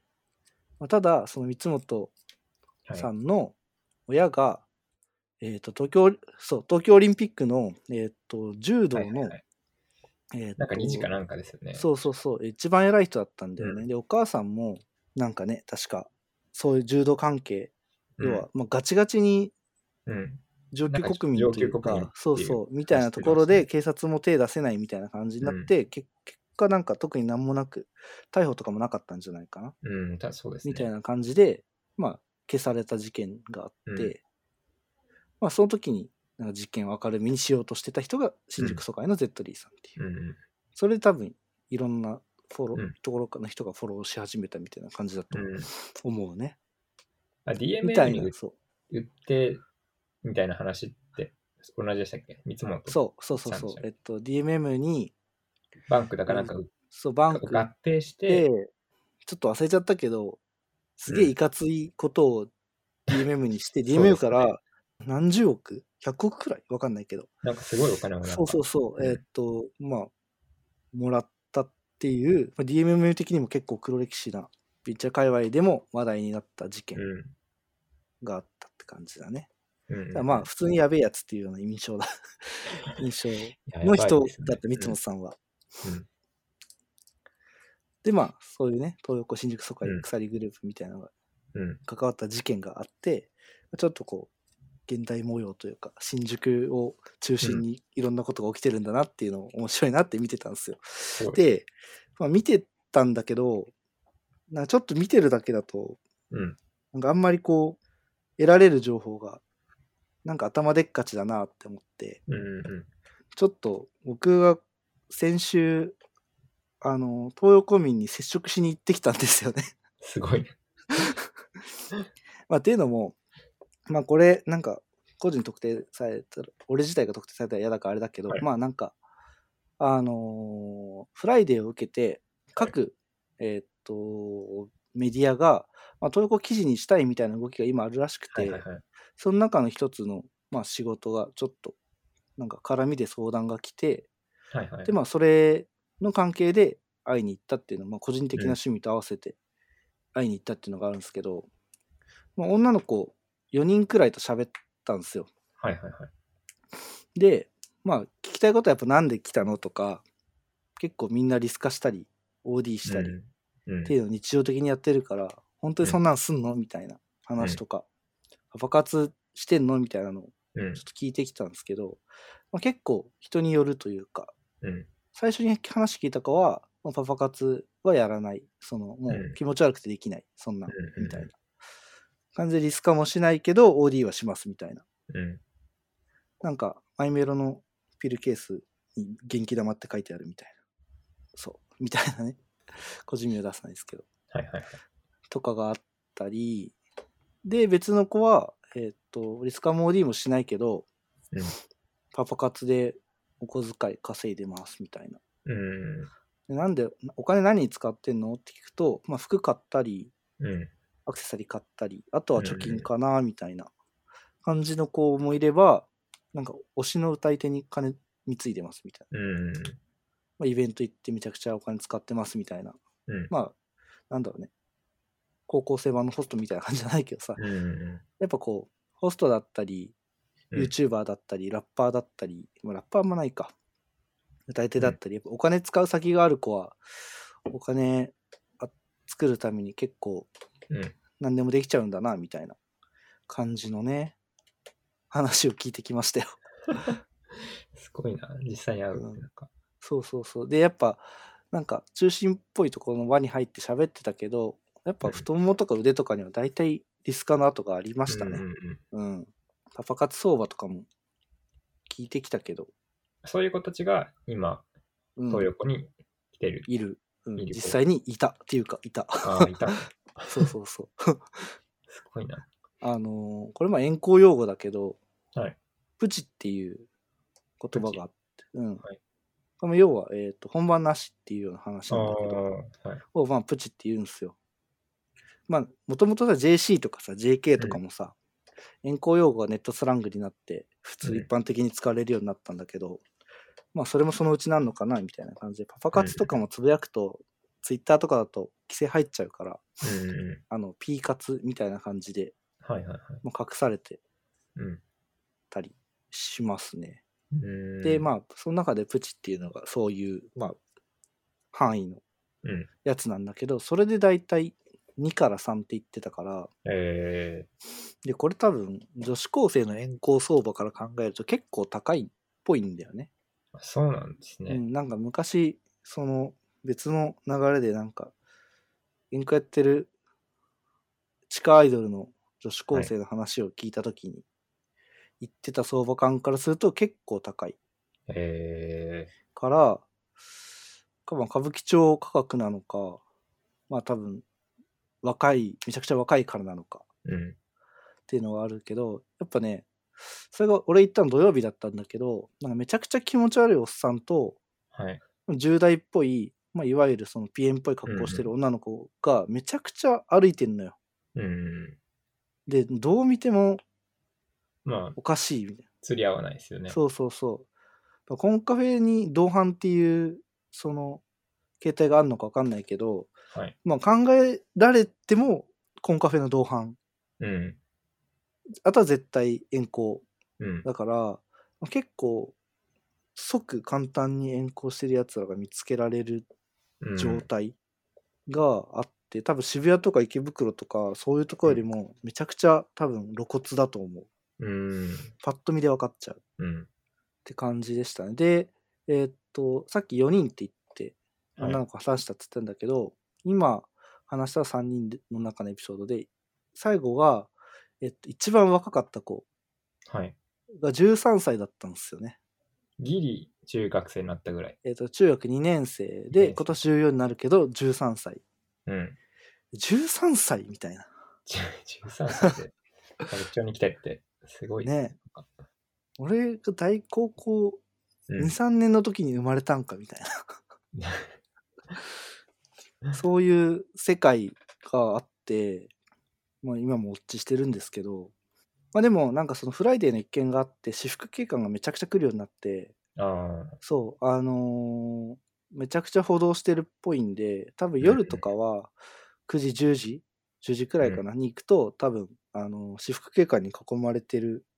S2: まあ、ただその三本
S1: はい
S2: さんの親が、えー、と東京そう東京オリンピックの、えー、と柔道
S1: はいはい
S2: の
S1: はい
S2: えー
S1: なんか理事か
S2: と
S1: なんかですよね。
S2: そうそうそう一番偉い人だったんだよね。
S1: う
S2: でお母さんもなんかね確かそういう柔道関係
S1: うん
S2: 要は、まあ、ガチガチに
S1: うん。
S2: 上級国
S1: な
S2: 民
S1: んか
S2: という
S1: 上級国民ってい
S2: か
S1: う、
S2: そうそう、みたいなところ
S1: 話
S2: で
S1: で
S2: 警察も手出せないみたいな感じになって、け結果なんか特になんもなく、逮捕とかもなかったんじゃないかな、
S1: うん。たそうですね。
S2: みたいな感じで、まあ、消された事件があって、
S1: うん
S2: まあ、その時になんか事件を明るみにしようとしてた人が新宿疎開の Z リーさんっていう、
S1: うん。
S2: それで多分いろんなフォロー、
S1: うん
S2: ところの人がフォローし始めたみたいな感じだと
S1: うん、
S2: 思うね、
S1: あ
S2: みた
S1: DMM
S2: い
S1: に
S2: なそう
S1: 言ってみたいな話って同じでしたっけ三つもと
S2: そうそうそうそ
S1: ちゃん
S2: う
S1: とした
S2: えっと DMM に
S1: バンクだからなんか
S2: そうバンク
S1: 合併し
S2: で
S1: て、
S2: ちょっと忘れちゃったけどすげえいかついことを DMM に して DMM から何十億100億くらいわかんないけど
S1: なんかすごいお金をなんか
S2: そうそうそう、
S1: うん
S2: えーっと、まあ、もらったっていう、まあ DMM 的にも結構黒歴史な、ピッチャー界隈でも話題になった事件
S1: うん。
S2: があったって感じだね。
S1: うん
S2: だからまあ、普通にやべえやつっていうような印象だ。 印象
S1: あ
S2: の人だった、三本さんは。
S1: うん
S2: で、まあ、そういうね、東横新宿疎開
S1: うん
S2: 鎖グループみたいなのが
S1: うん。
S2: 関わった事件があって、ちょっとこう、現代模様というか、新宿を中心にいろんなことが起きてるんだなっていうのを面白いなって見てたんですよ。
S1: そう
S2: で、まあ、見てたんだけど、なんかちょっと見てるだけだと、
S1: うん。
S2: なんかあんまりこう、得られる情報が、なんか頭でっかちだなって思って、
S1: うん。うん。
S2: ちょっと僕が先週、あの、東横民に接触しに行ってきたんですよね。
S1: すごいね。
S2: まあ、っていうのも、まあ、これ、なんか、個人特定されたら、俺自体が特定されたら嫌だからあれだけど、
S1: はい
S2: まあ、なんか、あのーフライデーを受けて、各、えーっと、メディアが、まあ、トルコ記事にしたいみたいな動きが今あるらしくて、
S1: はいはいはい。
S2: その中の一つの、まあ、仕事が、ちょっと、なんか、絡みで相談が来て、
S1: はいはい
S2: で、まあ、それの関係で会いに行ったっていうのは、まあ、個人的な趣味と合わせて会いに行ったっていうのがあるんですけど、まあ、女の子4人くらいと喋ったんですよ。
S1: はいはいはい。
S2: で、まあ、聞きたいことはやっぱなんで来たのとか、結構みんなリス化したり、OD したりっ
S1: うん。うん
S2: ていうのを日常的にやってるから、本当にそんなんすんのみたいな話とか、爆発してんのみたいなのを
S1: うん
S2: ちょっと聞いてきたんですけど、まあ、結構人によるというか、
S1: うん
S2: 最初に話聞いたかは、まあパパ活はやらない。その、も
S1: う
S2: うん気持ち悪くてできない。そんな、
S1: うん
S2: みたいな。感じでリスカもしないけど、OD はします、みたいな。
S1: うん。
S2: なんか、マイメロのピルケースに元気玉って書いてあるみたいな。そう。みたいなね。 個人名を出さないですけど。
S1: はいはいはい。
S2: とかがあったり、で、別の子は、えーっと、リスカも OD もしないけど、
S1: うん
S2: パパ活でお小遣い稼いでます、みたいな。
S1: うん。
S2: でなんでお金何に使ってんのって聞くと、まあ、服買ったり
S1: うん。
S2: アクセサリー買ったりあとは貯
S1: うんう
S2: 金
S1: ん
S2: かなみたいな感じの子もいればなんか推しの歌い手に金貢いでますみたいな、
S1: うん。
S2: まあ、イベント行ってめちゃくちゃお金使ってますみたいな
S1: うん。
S2: まあなんだろうね高校生版のホストみたいな感じじゃないけどさ
S1: うんうん
S2: やっぱこうホストだったり
S1: うん
S2: YouTuber だったりラッパーだったり、まあラッパーもないか歌い手だったり、やっぱお金使う先がある子はお金あ作るために結構
S1: うん
S2: 何でもできちゃうんだなみたいな感じのね話を聞いてきましたよ。
S1: すごいな。実際に会うってなんか。
S2: そうそうそうでやっぱなんか中心っぽいところの輪に入って喋ってたけどやっぱ太ももとか腕とかには大体リスカの跡がありましたね。
S1: うんうんうん
S2: うん。パパ活相場とかも聞いてきたけど、
S1: そういう子たちが今、
S2: うん
S1: 東横に来てる。
S2: いる、うん
S1: いる
S2: 実際にいたっていうか、いた。
S1: ああ、いた。す
S2: そうそうそう。
S1: ごいな。
S2: あのーこれまあ遠行用語だけど、
S1: はい
S2: プチっていう言葉があって、うん。
S1: はい
S2: これも要は、えーと、本番なしっていうような話
S1: あ
S2: なん
S1: あ、
S2: だけど、
S1: はい。
S2: をまあプチって言うんですよ。まあ、もともとさ、JC とかさ、JK とかもさ、遠行用語がネットスラングになって、普
S1: うん
S2: 通一般的に使われるようになったんだけど、まあ、それもそのうちなんのかな、みたいな感じで、パパ活とかもつぶやくと、ツイッターとかだと規制入っちゃうから、
S1: うんうん。
S2: あの、P 活みたいな感じで、
S1: はいはいはい。
S2: もう隠されて
S1: うん
S2: たりしますね。
S1: うん。
S2: で、ま
S1: あ、
S2: あ、その中でプチっていうのが、そういう、まあ、範囲の
S1: うん。
S2: やつなんだけど、それで大体2から3って言ってたから、
S1: え
S2: で、これ多分、女子高生の遠行相場から考えると結構高いっぽいんだよね。
S1: ー、そうなんです
S2: う
S1: ね。
S2: ん、なんか昔、その別の流れでなんか、遠行やってる地下アイドルの女子高生の話を聞いたときに、言ってた相場感からすると結構高い
S1: え
S2: から、かまあ歌舞伎町価格なのか、まあ多分、若い、めちゃくちゃ若いからなのか
S1: ー、うん。
S2: っていうのはあるけど、やっぱね、それが俺行ったの土曜日だったんだけど、なんかめちゃくちゃ気持ち悪いおっさんと、
S1: はい。
S2: 10代っぽい、まあ、いわゆるその PM っぽい格好してる女の子がめちゃくちゃ歩いてんのよ。
S1: うん。
S2: で、どう見ても
S1: まあ、
S2: おかしいみたい
S1: 釣り合わないですよ
S2: な。
S1: ね。
S2: そうそうそう。コンカフェに同伴っていう、その、携帯があるのか分かんないけど、
S1: はい。
S2: まあ、考えられてもコンカフェの同伴。
S1: うん。
S2: あとは絶対遠行。
S1: うん。
S2: だから、まあ結構、即簡単に遠行してるやつらが見つけられる
S1: うん
S2: 状態があって、多分渋谷とか池袋とかそういうとこよりもめちゃくちゃ多分露骨だと思う
S1: うん。
S2: パッと見で分かっちゃうっ
S1: うん。
S2: て感じでしたねでえーっとさっき4人って言って
S1: はい
S2: 女の子話したって言ったんだけど、今話した3人の中のエピソードで最後が、えっと、一番若かった子
S1: はい。
S2: が13歳だったんですよね
S1: ギリ中学生になったぐらい。
S2: えーっと中学2年生
S1: 二年
S2: で
S1: 生
S2: 今年14になるけど13歳
S1: うん。
S2: 13歳みたいな
S1: 13歳で、歌舞伎町に来てって、すごいっす
S2: ね俺が大高校
S1: うん
S2: 23年の時に生まれたんかみたい なそういう世界があって、まあ、今もウォッチしてるんですけど、まあ、でもなんかその「フライデー」の一件があって私服警官がめちゃくちゃ来るようになって
S1: あ
S2: そうあのーめちゃくちゃ報道してるっぽいんで多分夜とかは9時10時10時くらいかなに行くと多分、あのー私服警官に囲まれて
S1: あ。う
S2: る
S1: ん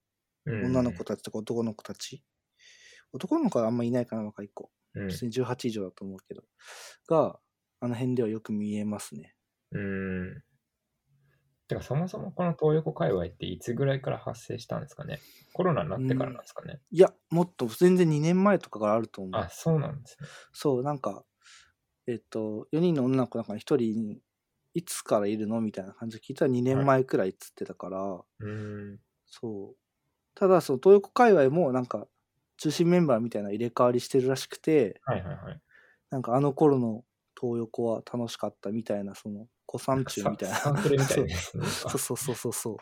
S2: 女の子。たちとか男の子たち、男の子はあんまいないかな若い子
S1: うん
S2: 普通に18以上だと思うけど、があの辺ではよく見えますね
S1: うん。てか、そもそもこの東横界隈っていつぐらいから発生したんですかねコロナになってからなんですかね、
S2: いやもっと全然2年前とかからあると思う
S1: あ、そうなんですね。
S2: そうなんかえっと4人の女の子の中に1人いつからいるのみたいな感じで聞いたら2年前くらいっつってたから、
S1: うん。
S2: そうただその東横界隈もなんか中心メンバーみたいな入れ替わりしてるらしくて、
S1: はいはいはい。
S2: なんかあの頃の東横は楽しかったみたいな、その、古参中み たいな。
S1: サンプルみたいですね。
S2: そうそうそうそうそう。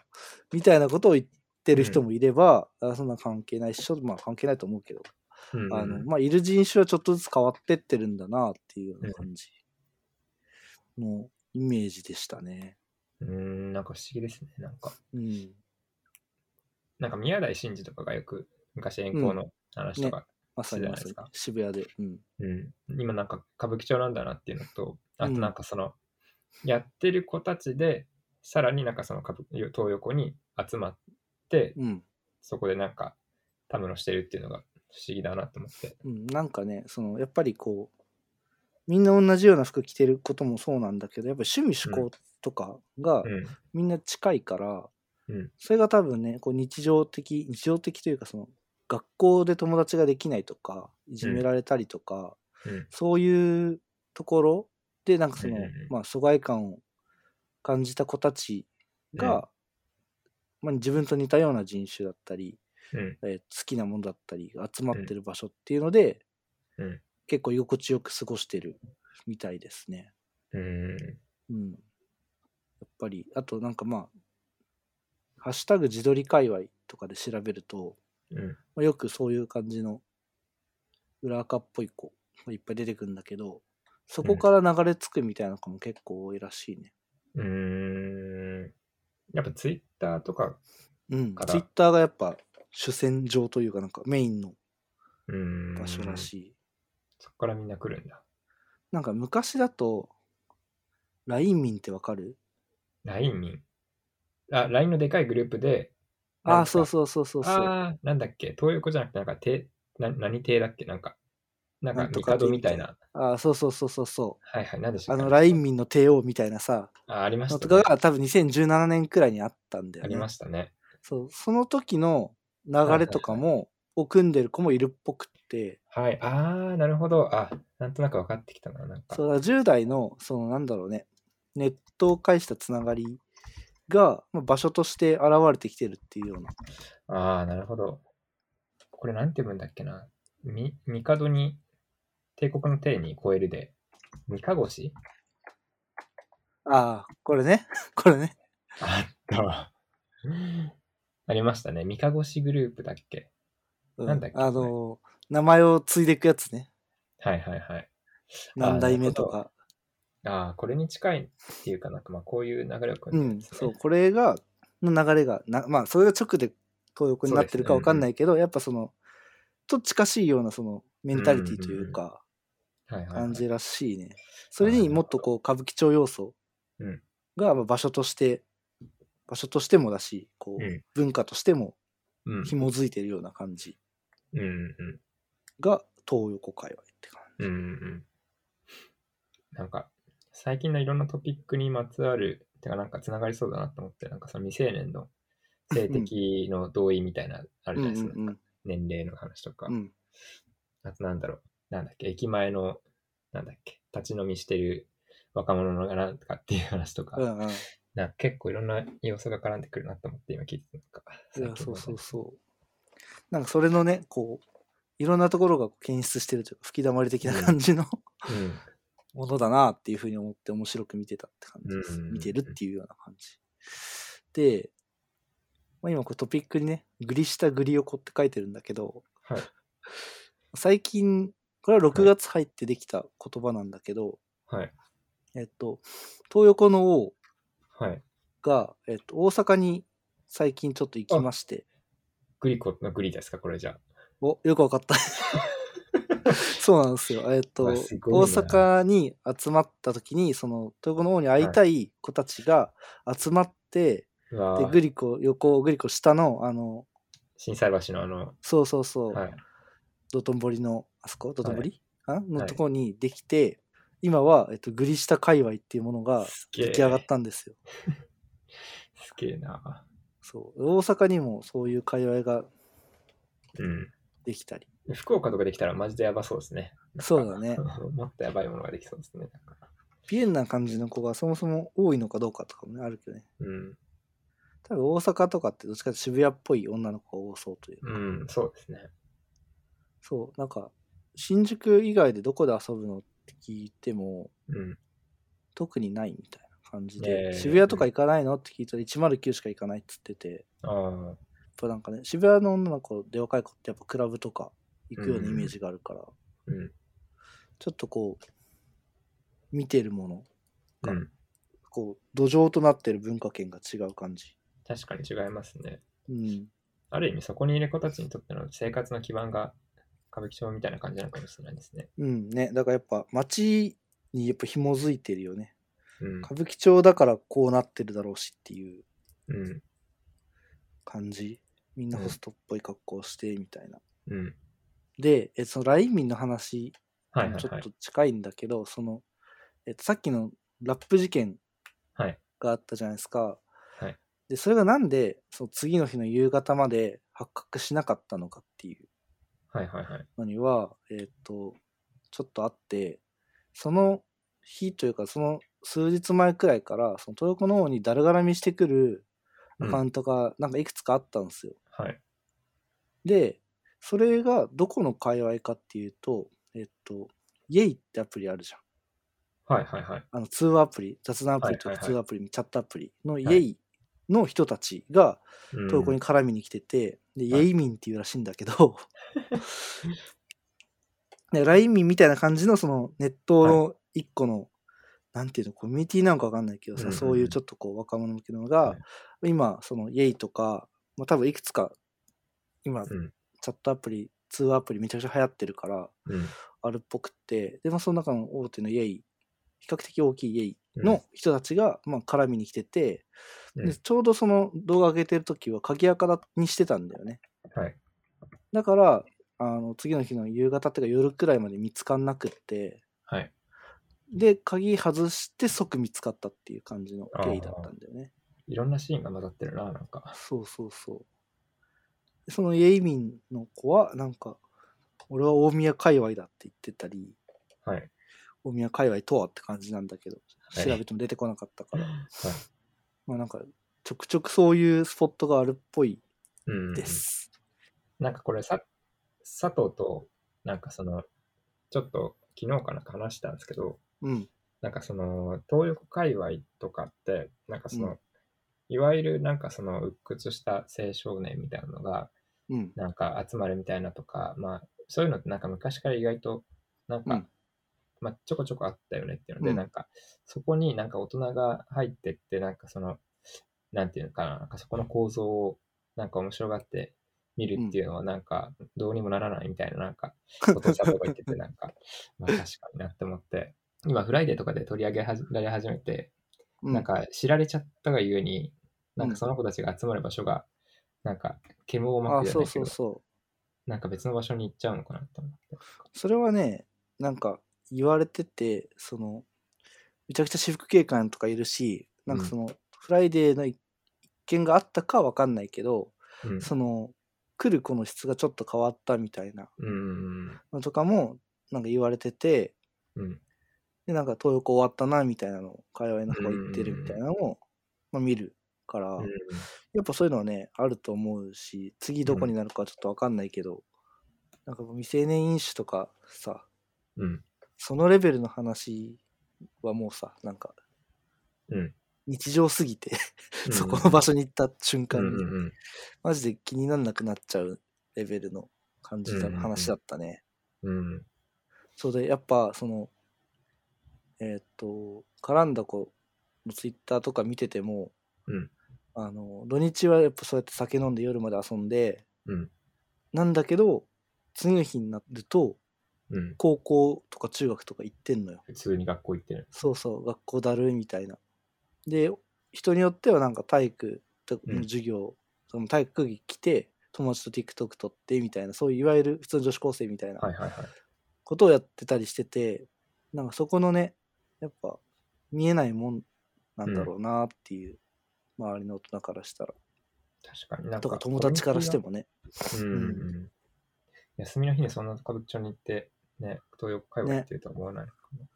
S2: みたいなことを言ってる人もいれば、あそんな関係ないっしょ、まあ関係ないと思うけど、
S1: うん
S2: あの、まあいる人種はちょっとずつ変わってってるんだなっていうような感じのイメージでしたね。
S1: うん、なんか不思議ですね。なんか、
S2: うん。
S1: なんか宮台真司とかがよく昔遠行の話とか、
S2: まさ
S1: そう
S2: にまさ
S1: じゃないです
S2: に
S1: か
S2: 渋谷で。うん。
S1: うん、今なんか歌舞伎町なんだなっていうのと、あと
S2: うん
S1: なんかその、やってる子たちで、さらになんかその歌舞東横に集まって、
S2: うん。
S1: そこでなんか、たむろしてるっていうのが不思議だなと思って。
S2: うん、なんかね、その、やっぱりこう、みんな同じような服着てることもそうなんだけど、やっぱり趣味
S1: うん
S2: 趣向とかが、
S1: う
S2: みんな近いから、
S1: うん
S2: それが多分ねこう日常的日常的というかその学校で友達ができないとかいじめられたりとか、
S1: ん。うん。
S2: そういうところでなんかその、
S1: うんうんうん
S2: まあ、疎外感を感じた子たちが、まあ、自分と似たような人種だったり、
S1: うん。
S2: えー好きなものだったり集まってる場所っていうので、
S1: うん
S2: 結構居心地よく過ごしてるみたいですね。
S1: うん。
S2: うん。やっぱり、あとなんかまあ、ハッシュタグ自撮り界隈とかで調べると、
S1: うん。
S2: まあ、よくそういう感じの裏垢っぽい子がいっぱい出てくるんだけど、そこから流れ着くみたいな子も結構多いらしいね。
S1: うーん。やっぱツイッターとか、
S2: うん。
S1: から
S2: ツイッターがやっぱ主戦場というかなんかメインの
S1: うーん。
S2: 場所らしい。
S1: そこからみんな来るんだ。
S2: なんか昔だと、ラインミンってわかる
S1: LINE 民。あ、LINE のでかいグループで、
S2: ああ、そう
S1: う
S2: そうそうそうそう。
S1: ああ、なんだっけ、東横じゃなくて、なんか、てな何亭だっけ、なんか、なんか、
S2: なんと
S1: ミ
S2: か
S1: カ
S2: 亭
S1: ドみたいな。
S2: ああ、そうそうそうそうそ
S1: はいはい、なんでし
S2: う。
S1: ょ
S2: あ
S1: う
S2: の、ラインミンの帝王みたいなさ、
S1: あ、ありまし
S2: の
S1: た
S2: と
S1: ね
S2: か。が多分2017年くらいにあったんだよ
S1: あ
S2: ね
S1: り。ましたね。
S2: そうその時の流れとかも、を組んでる子もいるっぽくって、
S1: はい。ああ、なるほど。あ、なんとなく分かってきたな。なんか。
S2: そうだから10代の、そのなんだろうね、ネットを介したつながりが、まあ、場所として現れてきてるっていうような。
S1: ああ、なるほど。これなんて読むんだっけな。み、帝に、帝国の帝に超えるで、三日越
S2: ああ、これね。 これね。
S1: あったわ。ありましたね。三日越グループだっけ
S2: う
S1: なんだっけ
S2: あの、名前を継いでいくやつね。
S1: はいはいはい。
S2: 何代目と
S1: な
S2: か。
S1: ああ、これに近いっていうかなんか、まあこういう流れを組
S2: うん
S1: で
S2: ん、
S1: ますね
S2: そう、これが、の流れが、なまあ、それが直で東横になってるかわかんないけど、やっぱその、と近しいような、その、メンタリティというか、
S1: はいはいはい、
S2: 感じらしいね。それにもっとこう、歌舞伎町要素
S1: うん
S2: が、まあ場所として、場所としてもだし、こう、
S1: うん
S2: 文化としても
S1: うん。
S2: 紐づいてるような感じ
S1: うんうん
S2: が、東横界隈って感
S1: うん。うんうん。なんか、最近のいろんなトピックにまつわる、てかなんかつながりそうだなと思って、なんかその未成年の性的の同意みたいな、あるじ
S2: じ。う
S1: ゃない
S2: ん
S1: ですか。
S2: うんうん
S1: 年齢の話とか、
S2: うん。
S1: あとなんだろう、なんだっけ、駅前の、なんだっけ、立ち飲みしてる若者のなんとかっていう話とか、
S2: うんうん。
S1: なんか結構いろんな要素が絡んでくるなと思って今聞いてたのか。
S2: いや
S1: 最近
S2: そうそう
S1: 思
S2: そうなんかそれのねこういろんなところがこう検出してるというか吹きだまり的な感じの
S1: ったね。うん
S2: ものだなっていうふうに思って面白く見てたって感じです、
S1: うんうんうんうん
S2: 見てるっていうような感じで、まあ、今こうトピックにね「グリ下グリ横」って書いてるんだけど
S1: はい。
S2: 最近これは6月入ってできた言葉なんだけど、
S1: はい。
S2: えっと東横の王
S1: はい。
S2: が、えっと、大阪に最近ちょっと行きまして
S1: グリコのグリですか、これじゃあ。
S2: お、よくわ かった。そうなんですよ。えっと、
S1: うわ
S2: 大
S1: すごいな
S2: 阪に集まった時に、その、豊子の王に会いたい子たちが集まって、
S1: うわ
S2: で、グ
S1: リ
S2: リコ、横、グリコ下の、あの、
S1: 震災橋のあの、
S2: そうそうそう、
S1: はい。
S2: 道頓堀の、あそこ道頓堀、あの
S1: はい
S2: とこにできて、今は、えっと、グリ下界隈っていうものが
S1: すげえ
S2: 出来上がったんですよ。
S1: すげえな。
S2: そう。大阪にもそういう界隈が
S1: う
S2: できたり。
S1: ん。福岡とかできたらマジでやばそうですね。
S2: そうだね。
S1: もっとやばいものができそうですね。
S2: ピエンな感じの子がそもそも多いのかどうかとかもね、あるけどね。
S1: うん。
S2: 多分大阪とかってどっちかというと渋谷っぽい女の子が多そうというか、
S1: うん、そうですね。
S2: そうなんか新宿以外でどこで遊ぶのって聞いても
S1: うん。
S2: 特にないみたいな感じ
S1: え
S2: で、
S1: ー
S2: 渋谷とか行かないのって聞いたら109しか行かないっつっててやっ
S1: ああ。
S2: ぱなんかね渋谷の女の子で若い子ってやっぱクラブとか行くようなイメージがあるから、
S1: うん。
S2: ちょっとこう見てるもの
S1: うん。
S2: こう土壌となってる文化圏が違う感じ
S1: 確かに違いますね。
S2: うん
S1: ある意味そこにいる子たちにとっての生活の基盤が歌舞伎町みたいな感じなのかもしれないですね。
S2: うんねだからやっぱ街にやっぱ紐づいてるよね
S1: うん。
S2: 歌舞伎町だからこうなってるだろうしっていう
S1: うん。
S2: 感じみんな
S1: うん
S2: ホストっぽい格好をしてみたいな、
S1: うん。
S2: でえそのライミンの話
S1: はいは
S2: ち
S1: い
S2: ょ
S1: は
S2: っ
S1: い
S2: と。近いんだけど、その、えっと、さっきのラップ事件
S1: はい。
S2: があったじゃないですか、
S1: はい
S2: でそれがなんでその次の日の夕方まで発覚しなかったのかっていう
S1: はいはいはい。
S2: のにはえっとちょっとあってその日というかその数日前くらいからその豊子の方にだるがらみしてくるア
S1: うん
S2: カウントがなんかいくつかあったんですよ。
S1: はい。
S2: で、それがどこの界隈かっていうと、えっと、イェイってアプリあるじゃん。
S1: はいはいはい。
S2: あの通話アプリ、雑談アプリと
S1: はい
S2: か
S1: はいはい
S2: 通話アプリ、チャットアプリのイ
S1: は
S2: ェ
S1: い
S2: イの人たちが
S1: うん
S2: 投稿に絡みに来てて、で、
S1: はい
S2: イェイミンっていうらしいんだけど、 でラインミンみたいな感じのそのネットの一個の、なんていうの、コミュニティなんかわかんないけど
S1: うん
S2: さ、
S1: うんうん
S2: そういうちょっとこう若者向けの
S1: は
S2: が
S1: い、
S2: 今、そのイェイとか、まあ多分いくつか、今、
S1: うん。
S2: チャットアプリ、通話アプリめちゃくちゃ流行ってるから、
S1: うん。
S2: あるっぽくって、でもその中の大手のイェイ、比較的大きいイェイ
S1: うん
S2: の人たちが、まあ、絡みに来てて、
S1: うん
S2: で、ちょうどその動画上げてる時は鍵垢だにしてたんだよね。
S1: はい。
S2: だから、あの次の日の夕方っていうか夜くらいまで見つかんなくって、
S1: はい。
S2: で、鍵外して即見つかったっていう感じの経緯だったんだよね。
S1: いろんなシーンが混ざってるな、なんか。
S2: そうそうそう。そのイェイミンの子は、なんか、俺は大宮界隈だって言ってたり、
S1: はい。
S2: 大宮界隈とはって感じなんだけど、
S1: はい
S2: 調べても出てこなかったから、
S1: はい。
S2: まあなんか、ちょくちょくそういうスポットがあるっぽい
S1: うん。
S2: です。
S1: なんかこれさ、佐藤と、なんかその、ちょっと昨日かなんか話したんですけど、
S2: うん。
S1: なんかその、東横界隈とかって、なんかその、
S2: うん
S1: いわゆるなんかその、鬱屈した青少年みたいなのが、
S2: うん。
S1: なんか集まるみたいなとか、まあ、そういうのってなんか昔から意外と、なんか、
S2: うん
S1: まあ、ちょこちょこあったよねっていうので、
S2: うん
S1: なんか、そこになんか大人が入ってって、なんかその、なんていうのかな、なんかそこの構造を、なんか面白がって見るっていうのは、なんか、どうにもならないみたいな、なんか、ことさんとか言っ てて、なんか、まあ確かになって思って、今、フライデーとかで取り上げはじられ始めて、
S2: うん
S1: なんか知られちゃったがゆえに、なんかその子たちが集まる場所が、なんか煙を
S2: あ
S1: 巻くじゃな
S2: そう
S1: いけ
S2: そう
S1: ど、
S2: そ
S1: なんか別の場所に行っちゃうのかなと思って。
S2: う。それはね、なんか言われてて、その、めちゃくちゃ私服警官とかいるし、なんかその、フライデーの一件があったかは分かんないけど、
S1: うん
S2: その、来る子の質がちょっと変わったみたいな
S1: うん。
S2: のとかも、なんか言われてて、
S1: うん。
S2: で、なんか東横終わったな、みたいなのを、界隈の方が言ってるみたいなのを、まあ、見るから、
S1: うん
S2: やっぱそういうのはね、あると思うし、次どこ
S1: うん
S2: になるかはちょっとわかんないけど、なんかもう未成年飲酒とかさ、
S1: うん。
S2: そのレベルの話はもうさ、なんか
S1: うん。
S2: 日常すぎて、
S1: うん
S2: そこの場所に行った瞬間に、
S1: うんうんうん
S2: マジで気になんなくなっちゃうレベルの感じた
S1: うんうんうん
S2: 話だったね。
S1: うん。
S2: そうで、やっぱその、えーっと、絡んだ子のツイッターとか見てても、
S1: うん
S2: あの、土日はやっぱそうやって酒飲んで夜まで遊んで、
S1: うん。
S2: なんだけど、次の日になると、
S1: うん。
S2: 高校とか中学とか行ってんのよ。
S1: 普通に学校行ってる。
S2: そうそう、学校だるいみたいな。で、人によってはなんか体育と
S1: うん
S2: の授業、その体育着来て、友達と TikTok 撮ってみたいな、そういういわゆる普通の女子高生みたいな
S1: はいはいはい。
S2: ことをやってたりしてて、なんかそこのね、やっぱ見えないもんなんだろうなっていう、周りの大人からしたら、
S1: 確かになんか。
S2: とか友達からしてもね。
S1: うんうんうん。休みの日にそんな歌舞伎町に行って、ね、東横界隈っていうとは思わないのかな。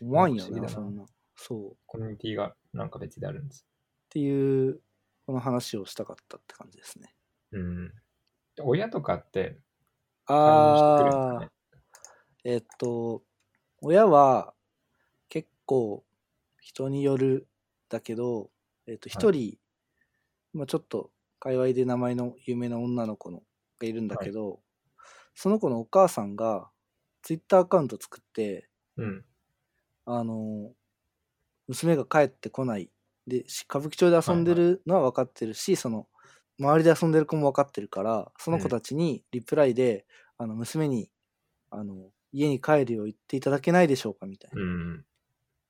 S2: 思わんよ
S1: 不思議だ
S2: な、
S1: な
S2: そんな。そう。っ
S1: コミュニティがなんか別であるんです。
S2: ていう、この話をしたかったって感じですね。
S1: うん。で親とかって、介入してくるんですか
S2: ああ
S1: ね、
S2: えっと、親は結構人によるだけど、えっと、
S1: は
S2: 一人、まあちょっと界隈で名前の有名な女の子のがいるんだけど、その子のお母さんがツイッターアカウント作って、
S1: うん。
S2: あの、娘が帰ってこない。で、し歌舞伎町で遊んでるのは分かってるし、その、周りで遊んでる子も分かってるから、その子たちにリプライで、あの、娘に、あの、家に帰るよう言っていただけないでしょうかみたいな。
S1: うん。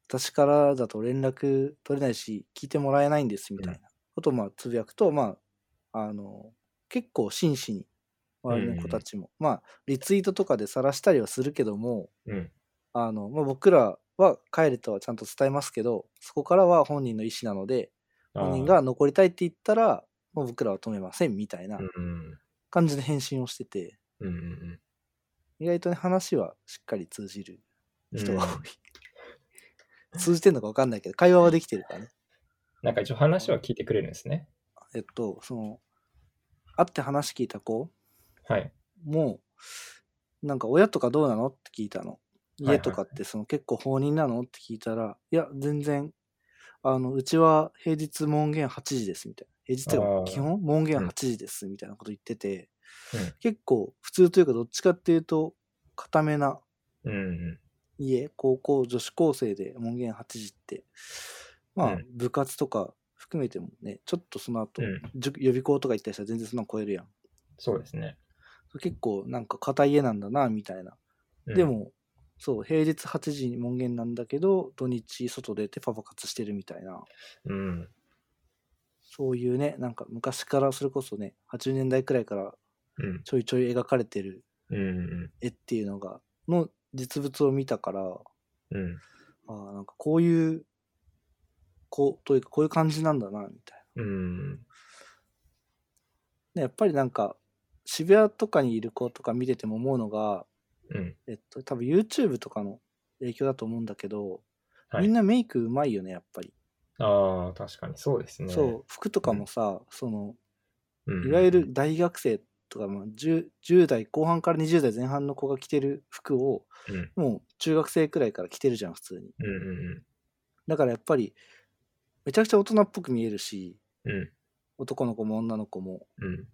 S2: 私からだと連絡取れないし、聞いてもらえないんです、みたいなことを、まあ、つぶやくと、まあ、あの、結構真摯に、周りの子たちも、まあ、リツイートとかで晒したりはするけども、
S1: うん。
S2: あの、まあ、僕らは帰るとはちゃんと伝えますけど、そこからは本人の意思なので、
S1: あー
S2: 本人が残りたいって言ったら、もう僕らは止めませんみたいな
S1: うんうん
S2: 感じで返信をしてて、
S1: うんうん
S2: 意外とね、話はしっかり通じる
S1: うん
S2: 人が多い。通じてんのか分かんないけど、 会話はできてるからね。
S1: なんか一応話は聞いてくれるんですね。
S2: えっと、その、会って話聞いた子
S1: はい。
S2: も、なんか親とかどうなのって聞いたの。
S1: はいはい
S2: 家とかってその結構放任なのって聞いたら、いや、全然、あの、うちは平日門限8時ですみたいな。平日っていう
S1: あー
S2: か基本門限
S1: うん
S2: 8時ですみたいなこと言ってて、
S1: うん
S2: 結構普通というかどっちかっていうと、固めな
S1: うんうん。
S2: 家、高校、女子高生で門限8時って、まあ、
S1: うん
S2: 部活とか含めてもね、ちょっとその後、
S1: うん。
S2: 塾予備校とか行ったりしたら全然そんなの超えるやん。
S1: そうですね。
S2: 結構なんか固い家なんだな、みたいな。
S1: うん
S2: で、も、そう、平日8時に門限なんだけど、土日外出てパパ活してるみたいな、
S1: うん。
S2: そういうね、なんか昔からそれこそね、80年代くらいから
S1: うん。
S2: ちょいちょい描かれてる
S1: うんうん
S2: 絵っていうのが、の実物を見たから、
S1: うん。うん
S2: あーなんかこういう、こう、というかこういう感じなんだな、みたい
S1: うん。
S2: な。ね、やっぱりなんか、渋谷とかにいる子とか見てても思うのが、
S1: うん。
S2: えっと、多分 YouTube とかの影響だと思うんだけど、
S1: はい
S2: みんなメイクうまいよね、やっぱり。
S1: ああ、確かにそうですね。
S2: そう服とかもさ、その
S1: うん。
S2: いわゆる大学生とか、まあ、10, 10代後半から20代前半の子が着てる服を
S1: うん、
S2: もう中学生くらいから着てるじゃん普通に
S1: うんうん
S2: だからやっぱりめちゃくちゃ大人っぽく見えるし
S1: うん。うん
S2: 男の子も女の子も
S1: うん。
S2: だか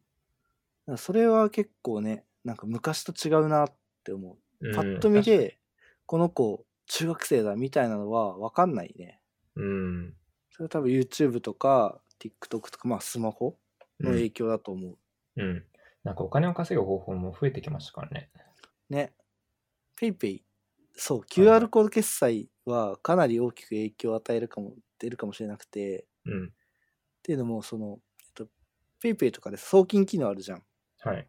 S2: らそれは結構ねなんか昔と違うなって思う
S1: うん
S2: パッと見、で、この子中学生だみたいなのは分かんないね
S1: うん。
S2: それは多分 YouTube とか TikTok とかまあスマホの
S1: うん
S2: 影響だと思う、
S1: うん。なんかお金を稼ぐ方法も増えてきましたからね。
S2: ね。ペイペイ。そう、
S1: いはい
S2: QR コード決済はかなり大きく影響を与えるかも、出るかもしれなくて、
S1: うん。
S2: っていうのも、その、えっと、ペイペイとかで送金機能あるじゃん。
S1: はい。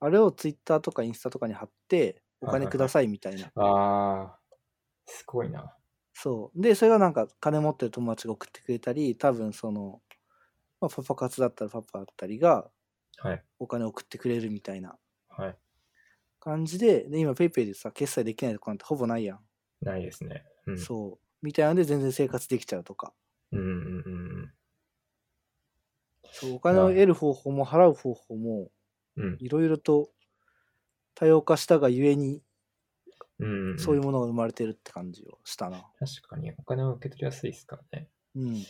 S2: あれを Twitter とかインスタとかに貼って、お
S1: はいはい
S2: 金
S1: はい
S2: くださいみたいな。
S1: ああ、すごいな。
S2: そう。で、それがなんか金持ってる友達が送ってくれたり、多分その、まあ、パパ活だったらパパだったりが
S1: はい。
S2: お金送ってくれるみたいな
S1: はい。
S2: 感じで、で今ペイペイでさ、決済できないとこなんてほぼないやん。
S1: ないですね。うん。
S2: そう。みたいなので全然生活できちゃうとか。
S1: うんうんうん
S2: そうお金を得る方法も払う方法も
S1: うん。うん
S2: いろいろと多様化したがゆえに
S1: うんうん。
S2: そういうものが生まれてるって感じをしたな。
S1: 確かにお金を受け取りやすいですからね。
S2: うん。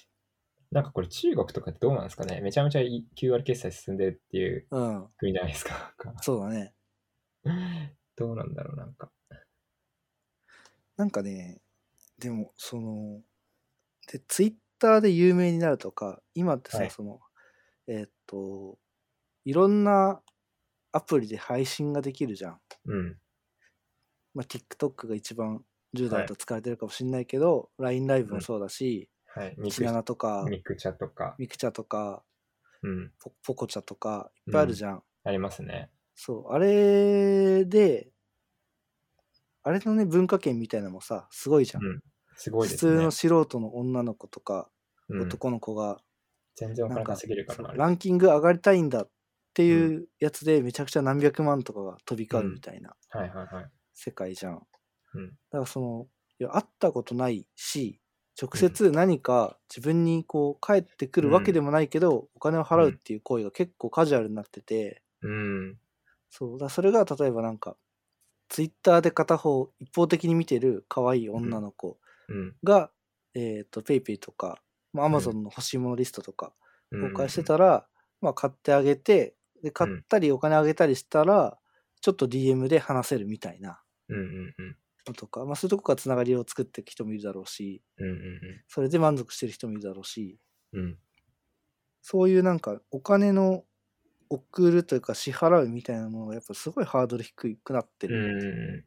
S1: なんかこれ中国とかってどうなんですかねめちゃめちゃ QR 決済進んでるっていう
S2: うん。
S1: 国じゃないですか。 なんか
S2: そうだね。
S1: どうなんだろうなんか。
S2: なんかね、でもその、で、ツイッターで有名になるとか、今ってさ、
S1: はい
S2: その、えーっと、いろんなアプリで配信ができるじゃん。
S1: うん。
S2: まあ、TikTok が一番10代だと
S1: は
S2: 使われてるかもしれないけど、LINE ライブ
S1: う
S2: も
S1: ん
S2: そうだし、
S1: はい。ミ
S2: キ
S1: ク
S2: ナナとか、
S1: ミクチャとか。
S2: ミクチャとか、
S1: うん。
S2: ポポコチャとかいっぱいあるじゃん、
S1: ありますね。
S2: そうあれであれのね文化圏みたいなのもさすごいじゃん、
S1: うん。すごい
S2: 普
S1: で
S2: 通
S1: すね
S2: の。素人の女の子とか
S1: うん
S2: 男の子が
S1: 全然お
S2: なん
S1: 金
S2: か、
S1: 稼げるか
S2: そう
S1: ら
S2: ラ
S1: あれ
S2: ンキング上がりたいんだっていうやつでめちゃくちゃ何百万とかが飛び交うみたいな
S1: はいはいはい。
S2: 世界じゃん、
S1: うん
S2: だからそのいや会ったことないし直接何か自分にこう返ってくるわけでもないけど、お金を払うっていう行為が結構カジュアルになってて、
S1: うん。
S2: そうだそれが例えばなんかツイッターで片方一方的に見てる可愛い女の子
S1: うん。
S2: が、えっ、と PayPay ペイペイとかアマゾンの欲しいものリストとか公開してたら、まあ、買ってあげてで買ったりお金あげたりしたら、ちょっと DM で話せるみたいな
S1: うんうんうん。
S2: のとか、まあ、そういうとこからつながりを作っていく人もいるだろうし
S1: うんうん
S2: それで満足してる人もいるだろうし
S1: うん。うん。
S2: そういうなんかお金の送るというか支払うみたいなものがやっぱすごいハードル低くなって
S1: う
S2: る。
S1: んうんう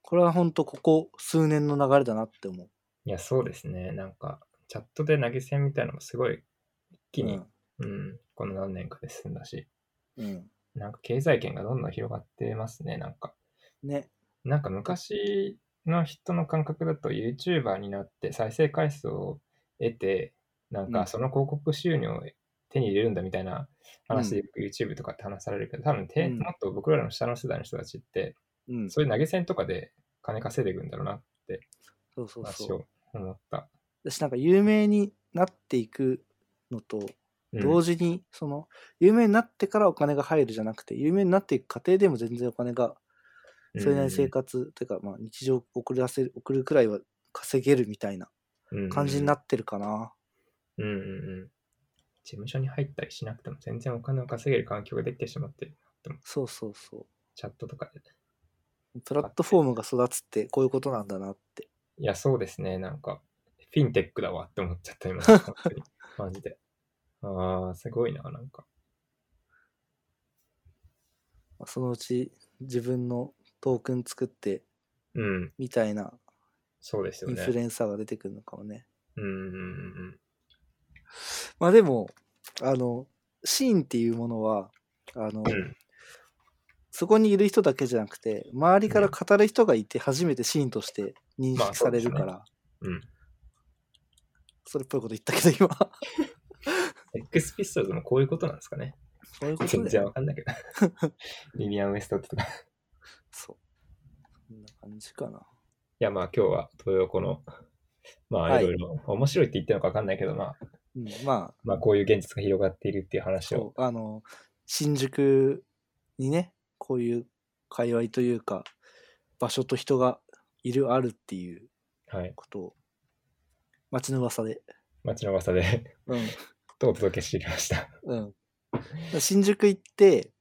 S2: これは本当ここ数年の流れだなって思う。
S1: ん。いや、そうですね。なんか、チャットで投げ銭みたいなのもすごい一気に、うん、この何年かで進んだし、
S2: うん、うん。
S1: なんか経済圏がどんどん広がってますね、なんか。
S2: ね。
S1: なんか昔の人の感覚だと YouTuber になって再生回数を得て、なん
S2: う
S1: か
S2: ん
S1: その広告収入を手に入れるんだみたいな話でよく YouTube とかって話されるけど、多分て、
S2: うん
S1: もっと僕らの下の世代の人たちって、
S2: うん。そ
S1: そういう投げ銭とかで金稼いでいくんだろうなって
S2: うそう
S1: 話
S2: そう。
S1: を思った。
S2: 私なんか有名になっていくのと
S1: うん
S2: 同時に、その有名になってからお金が入るじゃなくて有名になっていく過程でも全然お金がそれなりに生活というかまあ日常を送らせる送るくらいは稼げるみたいな感じにな
S1: て。
S2: ってるかな。
S1: うんうんうん。事務所に入ったりしなくても全然お金を稼げる環境ができてしまってる、
S2: そうそうそ
S1: チャットとかで。
S2: う。プラットフォームが育つってこういうことなんだなって。
S1: いや、そうですね。なんか、フィンテックだわって思っちゃった、今。本当に マジで。ああ、すごいな、なんか。
S2: まあそのうち自分のトークン作って
S1: うん、
S2: みたいな
S1: そうですよ
S2: イン
S1: ね。
S2: フルエンサーが出てくるのかもね。
S1: うんうんうん
S2: まあでも、あの、シーンっていうものは、あの
S1: う、ん。うん
S2: そこにいる人だけじゃなくて、周りから語る人がいて初めてシーンとして認
S1: まあ
S2: 識されるから、
S1: そうですねうん
S2: それっぽいこと言ったけど、今。
S1: X ピストルズもこういうことなんですかね。
S2: そういうこと
S1: 全
S2: だ
S1: 然
S2: よ。
S1: わかん ないけど。リビアン・ウエストとか。い
S2: そう。こんな感じかな。
S1: や、まあ今日は東横のまあ
S2: はい
S1: いろいろ面白いって言ってるのか分かんないけど、まあ、
S2: うん、まあ
S1: まあこういう現実が広がっているっていう話を
S2: そうあの新宿にねこういう界隈というか場所と人がいるあるっていう
S1: はい
S2: ことを街の噂で
S1: 街の噂で
S2: うん
S1: とお届けしてきました。
S2: うん新宿行って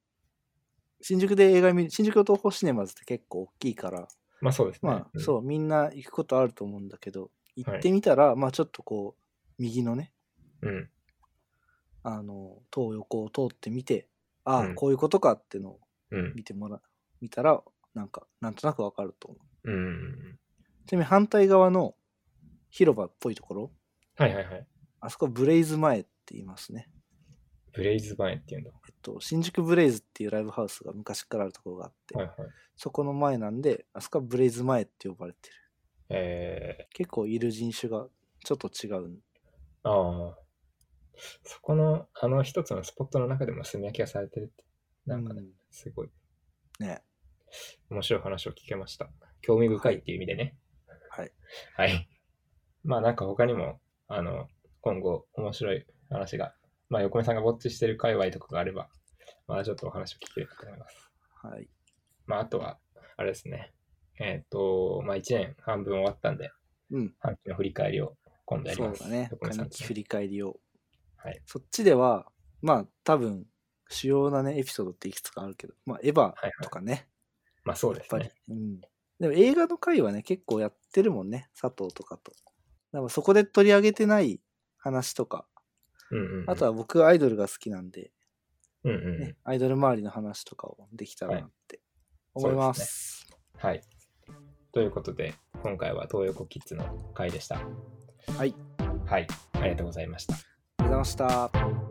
S2: 新宿で映画見る新宿の東宝シネマズって結構大きいから
S1: まあそうですね。
S2: まあ
S1: うん
S2: そうみんな行くことあると思うんだけど行
S1: はい
S2: ってみたら、まあちょっとこう右のね
S1: うん。
S2: あの東横を通ってみてああ、
S1: うん
S2: こういうことかっていうのを
S1: うん。
S2: 見てもら見たらなんかなんとなくわかると思う
S1: うん。
S2: ちなみに反対側の広場っぽいところ
S1: はいはいはい。
S2: あそこブレイズ前って言いますね
S1: ブレイズバイっていうんだ。
S2: えっと新宿ブレイズっていうライブハウスが昔からあるところがあって、
S1: はいはい。
S2: そこの前なんであそこはブレイズ前って呼ばれてる
S1: え
S2: 結構いる人種がちょっと違うん
S1: ー、ああ。そこの、あの一つのスポットの中でも炭焼きがされてるって、なんかね、
S2: うん
S1: すごい
S2: ね
S1: 面白い話を聞けました。興味深いっていう意味でね。
S2: はい。
S1: はい。まあなんか他にも、あの、今後面白い話が、まあ横目さんがぼっちしてる界隈とかがあれば、まあちょっとお話を聞けるかと思います。
S2: はい
S1: まああとは、あれですね。えっ、と、まあ1年半分終わったんで、
S2: うん
S1: 半期の振り返りを今度やり
S2: そ
S1: ま
S2: う
S1: す。
S2: だね
S1: 横目さん
S2: 紙
S1: と
S2: 切振り返りを
S1: はい。
S2: そっちではまあ多分主要なねエピソードっていくつかあるけどまあエヴァ
S1: はい
S2: とかね、
S1: まあそう
S2: や
S1: で
S2: っ
S1: す
S2: ぱ
S1: ね
S2: り。、うんでも映画の回はね結構やってるもんね佐藤とかとだからそこで取り上げてない話とか
S1: うんうんうん。
S2: あとは僕はアイドルが好きなんで、
S1: うんうんうん
S2: ね、アイドル周りの話とかをできたらなって思います,、
S1: はい。ということで、今回は東横キッズの回でした。
S2: はい。
S1: はい。ありがとうございました。
S2: ありがとうございました